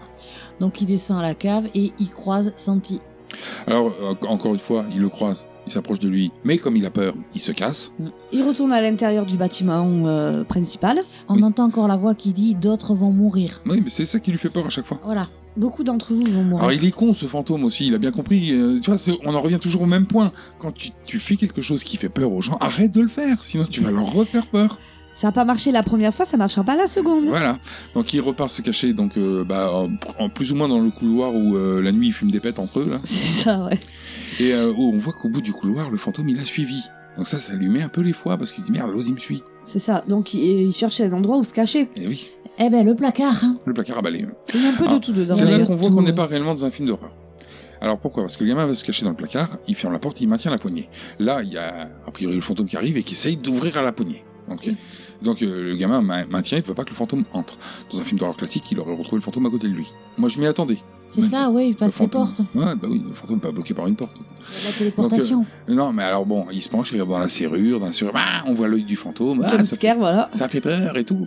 Donc il descend à la cave et il croise Santi. Alors euh, encore une fois, il le croise, il s'approche de lui, mais comme il a peur, il se casse. Il retourne à l'intérieur du bâtiment euh, principal. On Oui. entend encore la voix qui dit d'autres vont mourir. Oui, mais c'est ça qui lui fait peur à chaque fois. Voilà. Beaucoup d'entre vous vont mourir. Alors il est con ce fantôme aussi, il a bien compris. euh, tu vois, c'est- on en revient toujours au même point. Quand tu, tu fais quelque chose qui fait peur aux gens, arrête de le faire, sinon tu vas leur refaire peur. Ça n'a pas marché la première fois, ça marchera pas la Mm. seconde. Voilà. Donc ils repartent se cacher, donc euh, bah, en, en plus ou moins dans le couloir où euh, la nuit ils fument des pètes entre eux là. C'est ça, ouais. Et euh, oh, on voit qu'au bout du couloir, le fantôme il a suivi. Donc ça, ça lui met un peu les foies parce qu'il se dit merde, l'autre il me suit. C'est ça. Donc il, il cherche un endroit où se cacher. Et oui, Eh ben le placard. hein. le placard à balai. Il y a un peu Ah, de tout dedans. C'est le là d'ailleurs. qu'on voit tout, qu'on n'est ouais. pas réellement dans un film d'horreur. Alors pourquoi Parce que le gamin va se cacher dans le placard, il ferme la porte, il maintient la poignée. Là, il y a a priori le fantôme qui arrive et qui essaye d'ouvrir à la poignée. Ok. Donc euh, le gamin ma- maintient, il veut pas que le fantôme entre. Dans un film d'horreur classique, il aurait retrouvé le fantôme à côté de lui. Moi, je m'y attendais. C'est Ouais. ça, oui, il Le passe les fantôme. portes. Ouais, bah oui, le fantôme pas bloqué par une porte. Euh, La téléportation. Non, mais alors bon, il se penche, il regarde dans la serrure, dans la serrure, ah, on voit l'œil du fantôme, ah, Jump ça, fait, scare, voilà. ça fait peur et tout.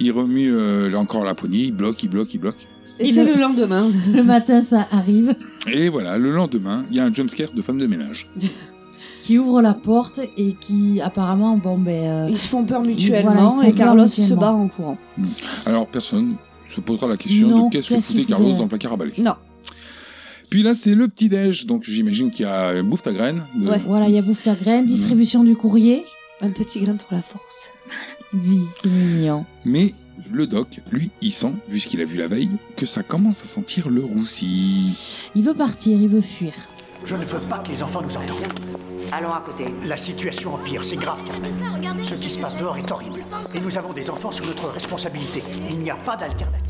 Il remue euh, là encore la poignée, il bloque, il bloque, il bloque. Et Il c'est le- le lendemain. euh, Le matin, ça arrive. Et voilà, le lendemain, il y a un jumpscare de femme de ménage. Qui ouvre la porte et qui apparemment, bon ben. euh, Ils se font peur Voilà, mutuellement ils se font et peur Carlos se mutuellement. barre en courant. Alors personne se posera la question Non, de qu'est-ce que qu'est-ce foutait qu'il foutait Carlos là dans le placard à balai. Non. Puis là, c'est le petit-déj, donc j'imagine qu'il y a euh, bouffe ta graine. de- Ouais. Voilà, il y a bouffe ta graine, distribution du courrier. Un petit grain pour la force. Oui, c'est mignon. Mais le doc, lui, il sent, vu ce qu'il a vu la veille, que ça commence à sentir le roussi. Il veut partir, il veut fuir. Je ne veux pas que les enfants nous entendent. Allons à côté. La situation empire, c'est grave, Carmen. Ce qui se passe dehors est horrible. Et nous avons des enfants sous notre responsabilité. Il n'y a pas d'alternative.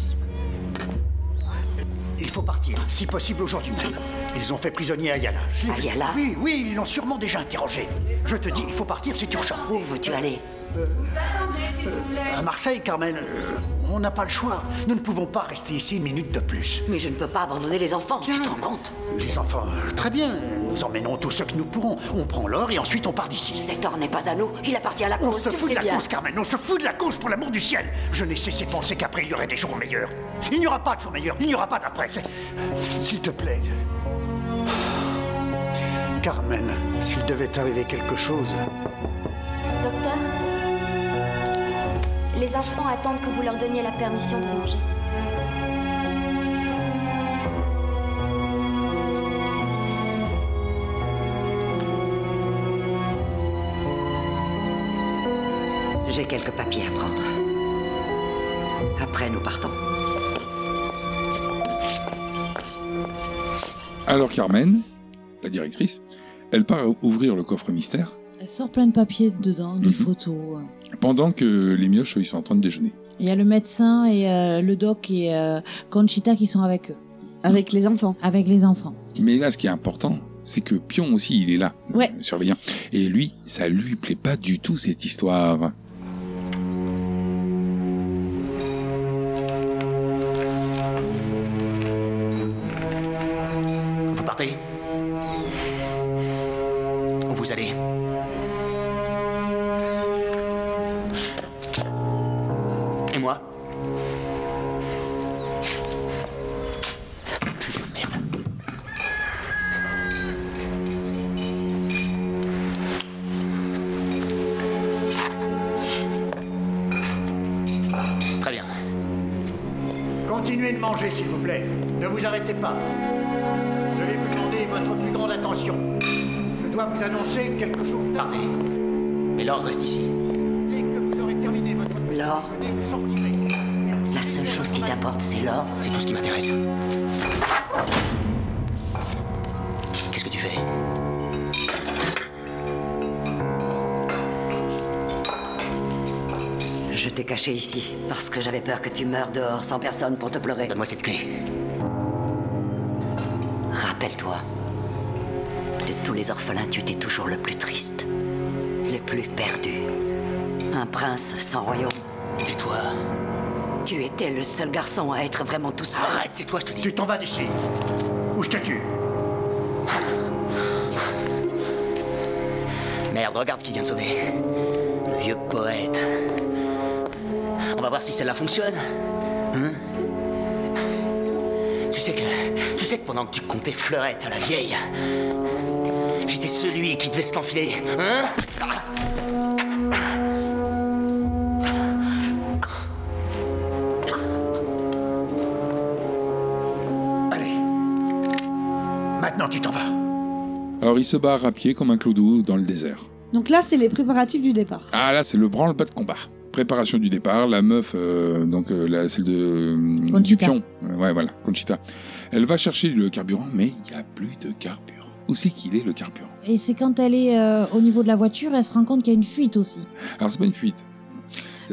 Il faut partir, si possible aujourd'hui même. Ils ont fait prisonnier Ayala. Je l'ai vu. Ayala Oui, oui, ils l'ont sûrement déjà interrogé. Je te dis, il faut partir, c'est urgent. Où veux-tu aller À Marseille, Carmen, euh, on n'a pas le choix. Nous ne pouvons pas rester ici une minute de plus. Mais je ne peux pas abandonner les enfants, tu te rends compte Les enfants, euh, très bien. Nous emmènerons tous ceux que nous pourrons. On prend l'or et ensuite on part d'ici. Cet or n'est pas à nous, il appartient à la On cause, se tu le fout sais de la bien. cause, Carmen, on se fout de la cause pour l'amour du ciel. Je n'ai cessé de penser qu'après il y aurait des jours meilleurs. Il n'y aura pas de jours meilleurs, il n'y aura pas d'après. c'est- S'il te plaît. Carmen, s'il devait arriver quelque chose. Docteur Les enfants attendent que vous leur donniez la permission de manger. J'ai quelques papiers à prendre. Après, nous partons. Alors Carmen, la directrice, elle part ouvrir le coffre mystère Elle sort plein de papiers dedans, des Mhm. photos. Pendant que les mioches, ils sont en train de déjeuner. Il y a le médecin et euh, le doc et euh, Conchita qui sont avec eux, avec les enfants. avec les enfants. Mais là, ce qui est important, c'est que Pion aussi, il est là, Ouais. le surveillant. Et lui, ça lui plaît pas du tout cette histoire. Vous partez Vous allez Et moi Putain de merde. Très bien. Continuez de manger, s'il vous plaît. Ne vous arrêtez pas. Je vais vous demander votre plus grande attention. Je dois vous annoncer quelque chose. Partez. Mais Laure reste ici. Dès que vous aurez terminé votre petit Laure. déjeuner, vous sortirez. Et vous La seule sortirez chose votre qui mari. t'importe, c'est l'or. C'est tout ce qui m'intéresse. Qu'est-ce que tu fais Je t'ai caché ici parce que j'avais peur que tu meures dehors sans personne pour te pleurer. Donne-moi cette clé. Rappelle-toi, de tous les orphelins, tu étais toujours le plus triste, le plus perdu. Un prince sans royaume. Tais-toi. Tu étais le seul garçon à être vraiment tout seul. Arrête, tais-toi, je te dis. Tu t'en vas d'ici. Ou je te tue. Merde, regarde qui vient de sonner. Le vieux poète. On va voir si celle-là fonctionne. Hein Tu sais que. Tu sais que pendant que tu comptais fleurette à la vieille, j'étais celui qui devait se l'enfiler. Hein Ah Allez. Maintenant, tu t'en vas. Alors, il se barre à pied comme un clodo dans le désert. Donc là, c'est les préparatifs du départ. Ah, là, c'est le branle-bas de combat. Préparation du départ, la meuf, euh, donc euh, la, celle de euh, Conchita. du pion. Euh, ouais, voilà, Conchita. Elle va chercher le carburant, mais il n'y a plus de carburant. Où c'est qu'il est le carburant Et c'est quand elle est euh, au niveau de la voiture, elle se rend compte qu'il y a une fuite aussi. Alors, c'est pas une fuite.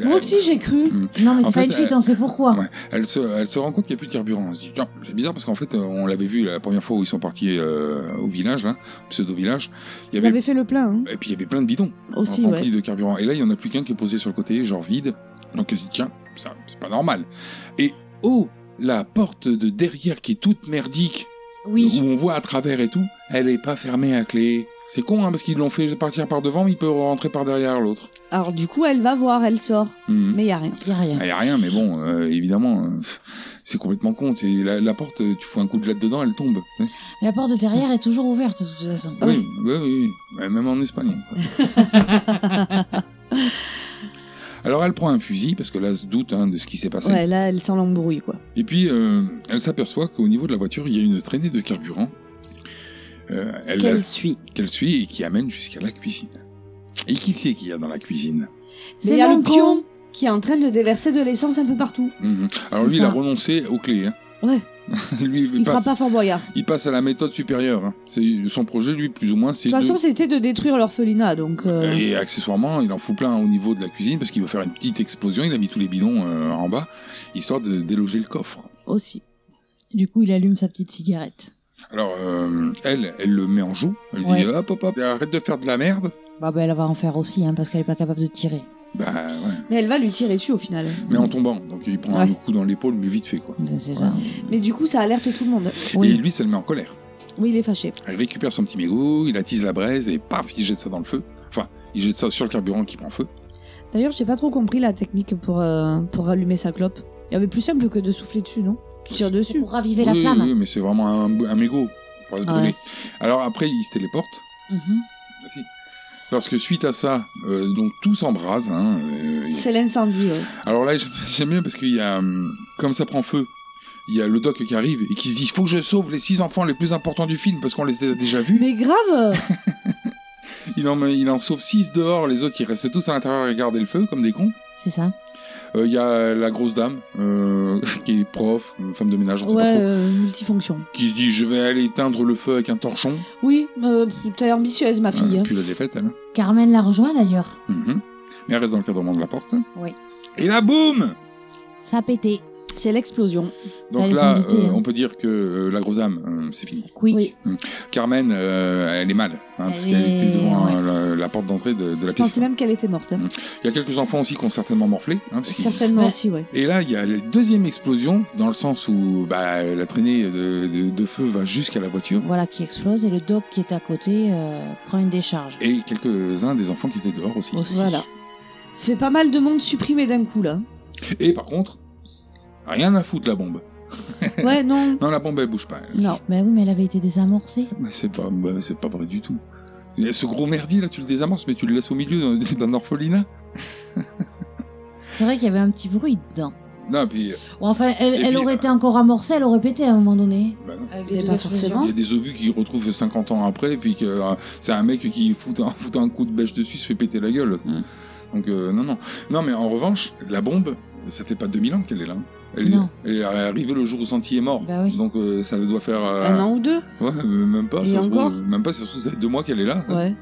Moi aussi, j'ai cru. Non, mais En c'est pas fait, une fuite, euh, on sait pourquoi. ouais. Elle se, elle se rend compte qu'il n'y a plus de carburant. Elle se dit, tiens, c'est bizarre parce qu'en fait, euh, on l'avait vu la première fois où ils sont partis euh, au village, là, au pseudo-village. Il Vous y avait, avez fait le plein, hein, et puis il y avait plein de bidons aussi, remplis ouais. de carburant. Et là, il y en a plus qu'un qui est posé sur le côté, genre vide. Donc elle se dit, tiens, ça, c'est pas normal. Et oh, la porte de derrière qui est toute merdique, Oui. où on voit à travers et tout, elle n'est pas fermée à clé. C'est con, hein, parce qu'ils l'ont fait partir par devant, mais il peut rentrer par derrière l'autre. Alors du coup, elle va voir, elle sort, Mhm. mais il y a rien. Il y a rien. Il n'y a rien, mais bon, euh, évidemment, euh, pff, c'est complètement con. T'es- La, la porte, euh, tu fous un coup de latte dedans, elle tombe. Hein Mais La porte de derrière est toujours ouverte de toute façon. Ah Oui, oui, oui, oui. Ouais, même en Espagne. quoi. Alors elle prend un fusil, parce que là, elle se doute hein, de ce qui s'est passé. Ouais, là, elle sent l'embrouille, quoi. Et puis, euh, elle s'aperçoit qu'au niveau de la voiture, il y a une traînée de carburant euh, elle la- Qu'elle qu'elle suit. suit et qui amène jusqu'à la cuisine. Et qui c'est qu'il y a dans la Mais cuisine C'est il y a mon le pion qui est en train de déverser de l'essence un peu partout. Mhm. Alors C'est lui, il a ça. renoncé aux clés. hein. Ouais. lui, il, Il fera passe, pas Fort Boyard. il passe à la méthode supérieure. hein. C'est son projet, lui, plus ou moins, c'est De toute de- façon, c'était de détruire l'orphelinat, donc... euh, Et accessoirement, il en fout plein au niveau de la cuisine parce qu'il veut faire une petite explosion. Il a mis tous les bidons euh, en bas, histoire de déloger le coffre. Aussi. Du coup, il allume sa petite cigarette. Alors, euh, elle, elle le met en joue. Elle Ouais. dit hop, hop, hop, arrête de faire de la merde. Bah, bah, elle va en faire aussi, hein, parce qu'elle est pas capable de tirer. Bah ouais. Mais elle va lui tirer dessus, au final. Mais Mm. en tombant, donc il prend un Ouais. coup dans l'épaule, mais vite fait quoi. C'est ça. Mais du coup, ça alerte tout le monde. Et Oui. lui, ça le met en colère. Oui, il est fâché. Il récupère son petit mégot, il attise la braise et paf, il jette ça dans le feu. Enfin, il jette ça sur le carburant qui prend feu. D'ailleurs, j'ai pas trop compris la technique pour, euh, pour allumer sa clope. Il y avait plus simple que de souffler dessus, non Tu tires C'est dessus. pour raviver la oui, flamme. oui, mais c'est vraiment un, un mégot. Pour pas se Ouais. brûler. Alors après, il se téléporte. Mhm. Ah, si. Parce que suite à ça, euh, donc tout s'embrase. Hein, euh, il y a- C'est l'incendie, ouais. Alors là, j'aime- j'aime bien parce qu'il y a, hum, comme ça prend feu, il y a le doc qui arrive et qui se dit il faut que je sauve les six enfants les plus importants du film parce qu'on les a déjà vus. Mais grave Il en, il en sauve six dehors, les autres ils restent tous à l'intérieur à regarder le feu comme des cons. C'est ça. Euh, Il y a la grosse dame euh, qui est prof, euh, femme de ménage, on sait pas Ouais, trop, euh, multifonction. qui se dit je vais aller éteindre le feu avec un torchon. Oui, euh, t'es ambitieuse, ma fille. Euh, hein. puis la défaite, elle. Carmen la rejoint d'ailleurs. Mhm. Mais elle reste dans le cadrement de la porte. Oui. Et là, boum Ça a pété. hein. C'est l'explosion. Donc Fallait là, s'en douter, euh, hein. on peut dire que euh, la grosse dame, euh, c'est fini. Quick. Oui. Carmen, euh, elle est mal, hein, parce Elle qu'elle est- était devant ouais. euh, la, la porte d'entrée de, de la Je pièce. pensais même qu'elle était morte. hein. Il y a quelques enfants aussi qui ont certainement morflé. hein, parce qu'ils- Certainement Ouais. aussi, ouais. Et là, il y a la deuxième explosion, dans le sens où bah, la traînée de, de- de feu va jusqu'à la voiture. Voilà qui explose et le doc qui est à côté euh, prend une décharge. Et quelques-uns des enfants qui étaient dehors aussi. Aussi. Voilà. Ça fait pas mal de monde supprimé d'un coup, là. Et par contre, rien à foutre la bombe. Ouais, non. Non, la bombe, elle bouge pas. elle. Non. Bah oui, mais elle avait été désamorcée. Mais c'est pas, bah, c'est pas vrai du tout. Et ce gros merdier là, tu le désamorces, mais tu le laisses au milieu d'un- d'un orphelinat. C'est vrai qu'il y avait un petit bruit dedans. Non, puis Ou enfin, elle, Et elle puis, aurait euh, été encore amorcée, elle aurait pété à un moment donné. bah, Avec Mais deux pas explosions. forcément. il y a des obus qui retrouvent 50 ans après, et puis que euh, c'est un mec qui fout un, fout un coup de bêche dessus, se fait péter la gueule. Mm. Donc euh, non, non, non, mais en revanche, la bombe, ça fait pas 2000 ans qu'elle est là. Elle, est- Non. elle est arrivée le jour où Santi est mort. Bah oui. Donc euh, ça doit faire euh, Un an ou deux ouais, euh, même pas, Et ça se trouve, encore euh, même pas, ça se trouve, ça fait deux mois qu'elle est là. Ouais.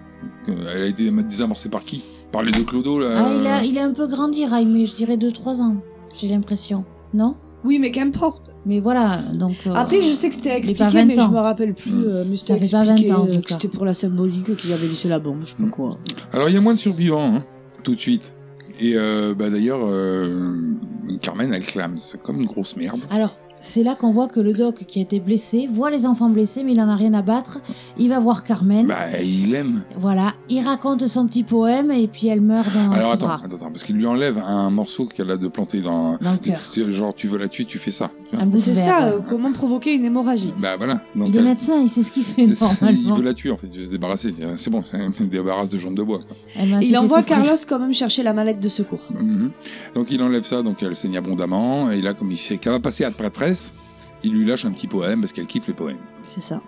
Donc, euh, elle a été désamorcée par qui Par les deux clodos là. Ah, il euh, a, il a un peu grandi, Raimi, je dirais 2-3 ans, j'ai l'impression. Non Oui, mais qu'importe. Mais voilà, donc. euh, Après, je sais que c'était il est pas expliqué, mais 20 ans. je me rappelle plus. Mm. euh, mais c'était fait pas expliqué 20 ans, en euh, tout que cas. Mm. c'était pour la symbolique qu'ils avaient laissé la bombe, je sais pas quoi. Alors il y a moins de survivants, hein, tout de suite. Et euh, bah, d'ailleurs, euh, Carmen, elle clame, c'est comme une grosse merde. Alors, c'est là qu'on voit que le doc qui a été blessé voit les enfants blessés, mais il en a rien à battre. Il va voir Carmen. Bah, il aime. Voilà, il raconte son petit poème et puis elle meurt dans Alors ses attends, bras, attends, attends, parce qu'il lui enlève un morceau qu'elle a de planter dans. dans le cœur. Tu- Genre, tu veux la tuer, tu fais ça. tu vois. Un bout de C'est verre. ça, euh, comment provoquer une hémorragie Bah voilà. Donc, Il est elle- médecin, il sait ce qu'il fait c'est- c'est- il normalement. veut la tuer en fait, il veut se débarrasser. C'est c'est bon, c'est- débarrasse de jambes de bois. quoi. Elle m'a Et assez Il fait envoie souffrir. Carlos quand même chercher la mallette de secours. Mhm. Donc il enlève ça, donc elle saigne abondamment. Et là, comme il sait qu'elle va passer à la prêtresse, il lui lâche un petit poème parce qu'elle kiffe les poèmes. C'est ça.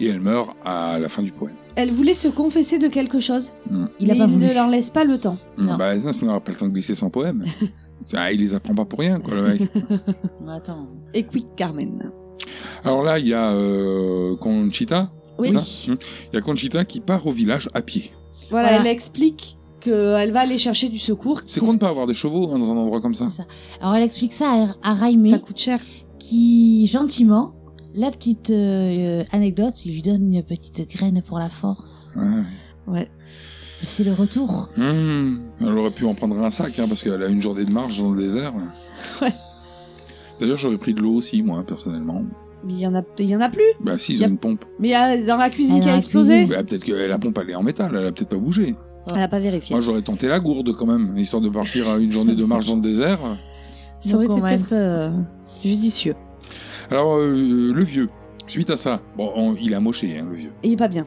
Et elle meurt à la fin du poème. Elle voulait se confesser de quelque chose, Il a mais pas il voulu. ne leur laisse pas le temps. Non. Bah, ça, ça n'aura pas le temps de glisser son poème. ah, il les apprend pas pour rien, quoi, le mec. Attends. Et quick Carmen. Alors là, il y a euh, Conchita. Oui. c'est ça Hum. Il y a Conchita qui part au village à pied. Voilà, Voilà. elle explique qu'elle va aller chercher du secours. C'est con de pas avoir des chevaux hein, dans un endroit comme ça. Alors elle explique ça à, à Raimi, Ça coûte cher. qui gentiment, la petite euh, anecdote, il lui donne une petite graine pour la force. Ouais. Mais C'est le retour. Hum, Elle aurait pu en prendre un sac, hein, parce qu'elle a une journée de marche dans le désert. Ouais. D'ailleurs, j'aurais pris de l'eau aussi, moi, personnellement. Mais il y en a, il y en a plus. Bah, si, ils ont Yep. une pompe. Mais il y a dans la cuisine Elle qui a a la explosé. cuisine. Bah, peut-être que la pompe, elle est en métal, elle a peut-être pas bougé. Elle n'a pas vérifié. Moi, j'aurais tenté la gourde, quand même, histoire de partir à une journée de marche dans le désert. Ça aurait Donc, été on va- peut-être euh, judicieux. Alors, euh, le vieux, suite à ça, bon, on- il a moché, hein, le vieux. Et il est pas bien.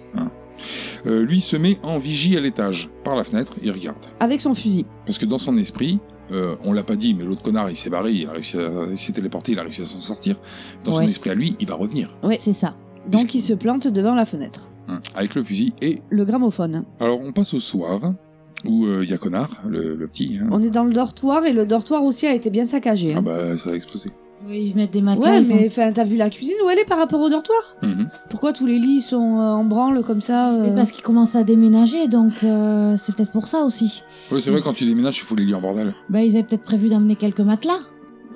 Euh, lui se met en vigie à l'étage, par la fenêtre, il regarde. Avec son fusil. Parce que dans son esprit, euh, on l'a pas dit, mais l'autre connard, il s'est barré, il a réussi à, il s'est téléporté, il a réussi à s'en sortir. Dans son Ouais. esprit à lui, il va revenir Oui. C'est ça. Donc il se plante devant la fenêtre. hein, avec le fusil. Et Le gramophone. alors, on passe au soir où euh, il y a connard, le, le petit. hein. On est dans le dortoir et le dortoir aussi a été bien saccagé. hein. Ah bah, ça a explosé. Oui, ils mettent des matelas. ouais, ils font- mais enfin, t'as vu la cuisine où elle est par rapport au dortoir Mhm. Pourquoi tous les lits sont euh, en branle comme ça euh, Mais parce qu'ils commencent à déménager, donc euh, c'est peut-être pour ça aussi. Ouais, c'est vrai, quand tu déménages, il faut les lier en bordel. Bah, ils avaient peut-être prévu d'emmener quelques matelas.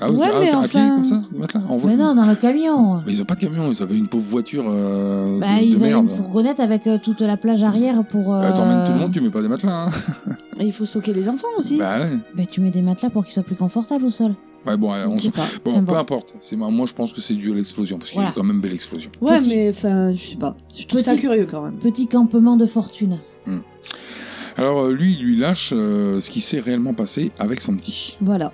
Ah Ouais, ah, mais à pied, enfin- comme ça, des matelas, en Mais voiture. non, dans le camion. Mais ils ont pas de camion, ils avaient une pauvre voiture euh, Bah, de, de ils avaient merde. une fourgonnette avec euh, toute la plage arrière pour. Bah, T'emmènes tout le euh, monde, tu mets pas des matelas. Hein. Et il faut stocker les enfants aussi. Bah ouais. Bah, tu mets des matelas pour qu'ils soient plus confortables au sol. Ouais, bon, ouais, Euh, on Je se- sais pas. bon, Mais peu Ah bon. importe. C'est moi, moi, je pense que c'est dû à l'explosion parce qu'il y a eu Voilà. quand même belle explosion. Ouais, Petit- mais enfin, je sais pas. Je trouve ça Petit- curieux quand même. Petit campement de fortune. Alors euh, lui, il lui lâche euh, ce qui s'est réellement passé avec Santi. Voilà.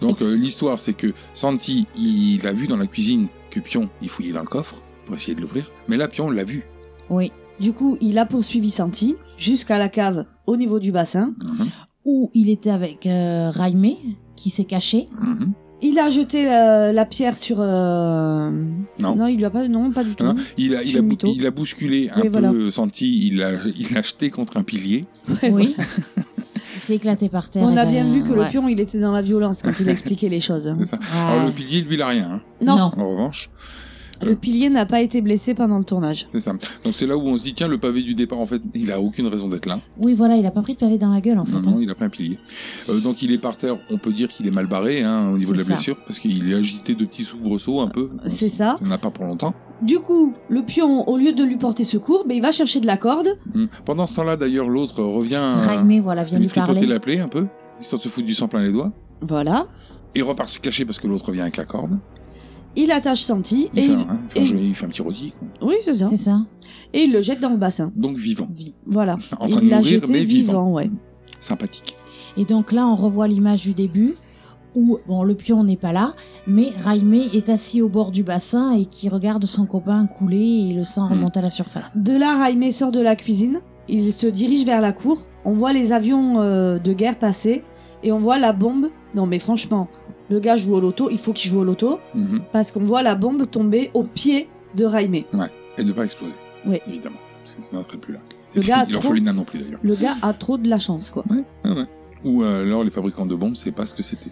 Donc Ex- euh, l'histoire, c'est que Santi, il a vu dans la cuisine que Pion, il fouillait dans le coffre pour essayer de l'ouvrir, mais là, Pion l'a vu. Oui. Du coup, il a poursuivi Santi jusqu'à la cave au niveau du bassin. Mhm, Où il était avec euh, Raimé, qui s'est caché. mhm. Il a jeté la, la pierre sur. euh, Non. Non, il lui a pas. Non, pas du tout. Hein il, a, Je il, suis a, bou- mytho. il a bousculé un Oui, peu voilà. Santi, il l'a il l'a jeté contre un pilier. Ouais, oui. s'est éclaté par terre. On eh a ben, bien vu que le ouais. pion, il était dans la violence quand il expliquait les choses. hein. C'est ça. Ouais. Alors Oh, le pilier, lui, il a rien. hein. Non. Non. En revanche, Le pilier n'a pas été blessé pendant le tournage. c'est ça. Donc c'est là où on se dit tiens, le pavé du départ, en fait, il a aucune raison d'être là. Oui, voilà, il a pas pris de pavé dans la gueule en fait. Mhm. Non, hein. non, il a pris un pilier. Euh, donc il est par terre. On peut dire qu'il est mal barré hein, au niveau de C'est la ça. blessure parce qu'il est agité de petits soubresauts un peu. C'est ça. On n'a pas pour longtemps. Du coup, le pion, au lieu de lui porter secours, ben, il va chercher de la corde. Mm. Pendant ce temps-là, d'ailleurs, l'autre revient euh, Raimé, voilà, vient lui lui tripoter parler. la plaie un peu, histoire de se foutre du sang plein les doigts. Voilà. Et repart se cacher parce que l'autre revient avec la corde. Il attache Santi Il, et fait, il... un, hein, il fait un et- joli- il fait un petit rôti. quoi. Oui, c'est ça. C'est ça. Et il le jette dans le bassin. Donc vivant. Voilà. En train il de l'a mourir, jeté mais vivant. vivant, ouais. Sympathique. Et donc là, on revoit l'image du début où bon, le pion n'est pas là, mais Raimé est assis au bord du bassin et qui regarde son copain couler et le sang Hmm. remonter à la surface. De là, Raimé sort de la cuisine. Il se dirige vers la cour. On voit les avions euh, de guerre passer. Et on voit la bombe. Non, mais franchement, le gars joue au loto. Il faut qu'il joue au loto. Mhm. Parce qu'on voit la bombe tomber au pied de Raimé. Et de ne pas exploser. Oui. Évidemment. Sinon, on serait plus là. Le Et puis, gars a il en trop- faut l'INA non plus d'ailleurs. Le gars a trop de la chance, quoi. Ouais, ouais, ouais. Ou euh, alors les fabricants de bombes, c'est pas ce que c'était.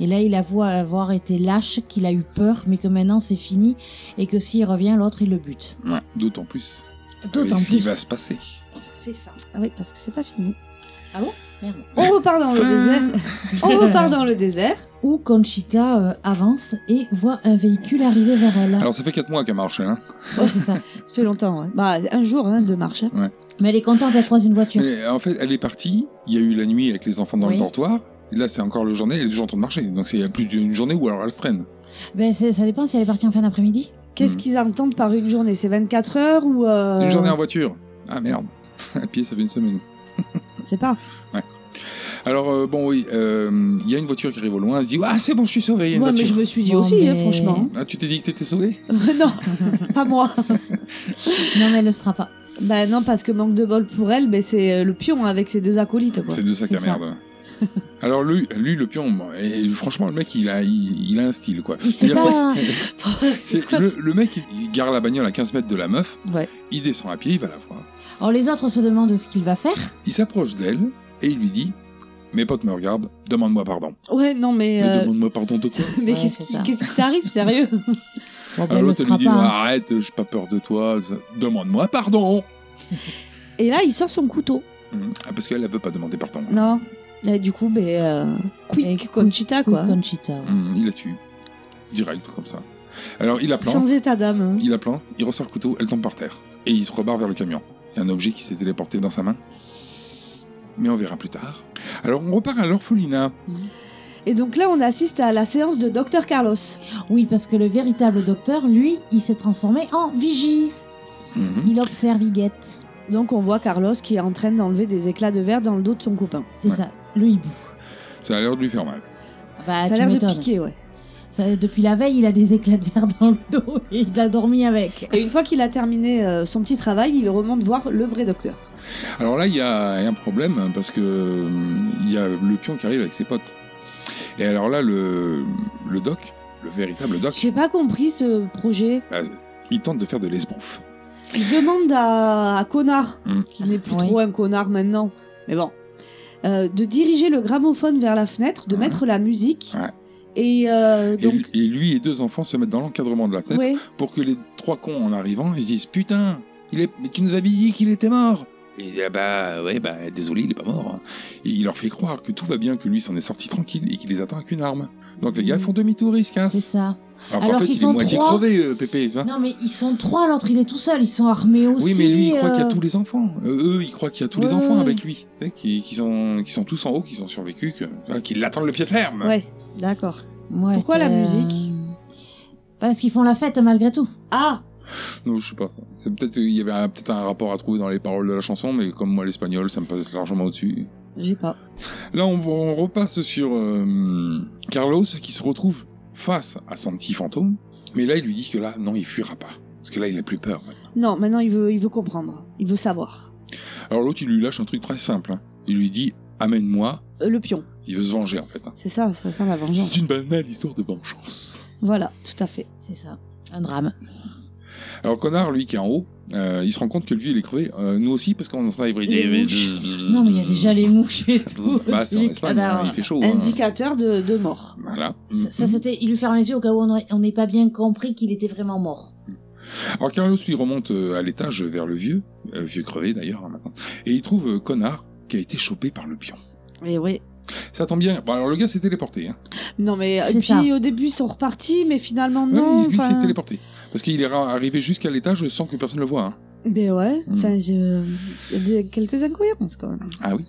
Et là, il avoue avoir été lâche, qu'il a eu peur, mais que maintenant c'est fini et que s'il revient, l'autre il le bute. Ouais. D'autant plus. D'autant Avec ce qui plus. va se passer. C'est ça. Ah oui, parce que c'est pas fini. Ah Merde. On repart dans le Fin. désert. On repart dans le désert. Où Conchita euh, avance et voit un véhicule arriver vers elle. Alors ça fait 4 mois qu'elle marche, hein. Ouais, c'est ça. Ça fait longtemps, ouais. Bah, un jour, hein, de marche. hein. Mais elle est contente qu'elle croise une voiture. Mais en fait, elle est partie. Il y a eu la nuit avec les enfants dans Oui. le dortoir. Et là, c'est encore le journée. Elle est toujours en train de marcher. Donc c'est- il y a plus d'une journée où alors elle se traîne. Ben, c'est- ça dépend si elle est partie en fin d'après-midi. Qu'est-ce Mhm. qu'ils entendent par une journée C'est 24 heures ou. euh, Une journée en voiture. Ah merde. À pied, ça fait une semaine. C'est pas. Alors euh, bon, oui, euh, il y a une voiture qui arrive au loin. Elle se dit ah c'est bon, je suis sauvé. Il y a une Moi, mais voiture. je me suis dit Bon, aussi, hein, mais- franchement. Ah, tu t'es dit que t'étais sauvé non, pas moi. Non, mais elle le sera pas. Bah, non, parce que manque de bol pour elle, mais c'est euh, le pion avec ses deux acolytes, quoi. C'est de sacs C'est à ça. merde. Alors lui, lui le pion, bon, et franchement le mec il a, il, il a un style quoi. Il fait C'est-à-dire pas. que- c'est- le, le mec il, il gare la bagnole à 15 mètres de la meuf, Ouais. il descend à pied, il va la voir. Alors les autres se demandent ce qu'il va faire. Il s'approche d'elle et il lui dit Mes potes me regardent, demande-moi pardon. Ouais, non, mais. Mais euh, demande-moi pardon de quoi Mais Ouais, qu'est-ce c'est qui ça. qu'est-ce qui t'arrive, sérieux Bon, ben, Alors elle le l'autre elle lui fera dit ah. pas. Arrête, j'ai pas peur de toi, ça- demande-moi pardon Et là, il sort son couteau. Hum, ah, Parce qu'elle elle peut pas demander pardon. Mm. Non. Et du coup, ben. euh, Et Quick, quick, Conchita, Oui, quoi. Conchita. ouais. Hum, il la tue. Direct comme ça. Alors il la plante. Sans état d'âme. hein. Il la plante, il ressort le couteau, elle tombe par terre. Et il se rebarre vers le camion. Il y a un objet qui s'est téléporté dans sa main. Mais on verra plus tard. Alors on repart à l'orphelinat. Et donc là, on assiste à la séance de Dr. Carlos. Oui, parce que le véritable docteur, lui, il s'est transformé en vigie. Mhm. Il observe, il guette. Donc on voit Carlos qui est en train d'enlever des éclats de verre dans le dos de son copain. C'est Ouais. ça, le hibou. Ça a l'air de lui faire mal. Bah, ça a tu l'air de m'étonnes. piquer, ouais. Ça, depuis la veille, il a des éclats de verre dans le dos et il a dormi avec. Et une fois qu'il a terminé euh, son petit travail, il remonte voir le vrai docteur. Alors là, il y a un problème hein, parce que euh, il y a le pion qui arrive avec ses potes. Et alors là, le, le doc, le véritable doc, J'ai pas compris ce projet. bah, il tente de faire de l'esbrouf. Il demande à, à Connard, Mm. qui n'est plus Oui. trop un connard maintenant, mais bon, euh, de diriger le gramophone vers la fenêtre, de Ouais. mettre la musique. Ah. Ouais. Et euh, Et, donc, lui- et lui et deux enfants se mettent dans l'encadrement de la fenêtre ouais, pour que les trois cons en arrivant, ils se disent putain, il est... mais tu nous avais dit qu'il était mort. Et ah bah ouais bah désolé, il est pas mort. hein. Et il leur fait croire que tout va bien, que lui s'en est sorti tranquille et qu'il les attend avec une arme. Donc les gars font demi-tour, ils se Mm. C'est cassent. ça. Alors, qu'en Alors fait, qu'ils il sont est moitié trois. crevé, euh, Pépé. tu vois. Non, mais ils sont trois, l'autre il est tout seul, ils sont armés aussi. oui, mais lui, il croit qu'il y a euh, tous les enfants. Euh, eux, ils croient qu'il y a tous les Ouais, enfants ouais. avec lui, Tu sais, qui, qui sont qui sont tous en haut, qui sont survécus, que- ah, qui l'attendent le pied ferme. ouais, d'accord. ouais, Pourquoi la t'as- musique Parce qu'ils font la fête malgré tout. Ah, Non, je sais pas ça. C'est peut-être il y avait un- peut-être un rapport à trouver dans les paroles de la chanson, mais comme moi l'espagnol, ça me passe largement au-dessus. j'ai pas. Là, on, on repasse sur euh, Carlos qui se retrouve face à Santi Fantôme. Mais là, il lui dit que là, non, il fuira pas. Parce que là, il a plus peur. maintenant. Non, maintenant il veut, il veut comprendre, il veut savoir. Alors l'autre, il lui lâche un truc très simple. hein. Il lui dit Amène-moi. Euh, le pion, Il veut se venger, en fait. hein. c'est ça, ça sent la vengeance. C'est une banale histoire de vengeance. Voilà, tout à fait. C'est ça, un drame. Alors Connard, lui qui est en haut, euh, il se rend compte que lui il est crevé, euh, nous aussi parce qu'on sera hybridé. Les mouches. Non, mais il y a déjà les mouches et tout. Bah, c'est en les Espagne, cadavres. hein, il fait chaud. hein. Indicateur de, de mort. Voilà. Ça, ça, c'était, il lui ferme les yeux au cas où on aurait- on n'ait pas bien compris qu'il était vraiment mort. Alors Carlos lui remonte euh, à l'étage vers le vieux, euh, vieux crevé d'ailleurs hein, maintenant, et il trouve euh, Connard qui a été chopé par le pion. Et Eh oui. Ça tombe bien. Bon, alors le gars s'est téléporté. Hein. Non, mais C'est et puis ça. au début, ils sont repartis, mais finalement, Ouais, non. lui il s'est enfin, téléporté. Parce qu'il est ra- arrivé jusqu'à l'étage sans que personne le voie. hein. Ben ouais, Mm. enfin, je... il y a des- quelques incohérences quand même. Ah oui.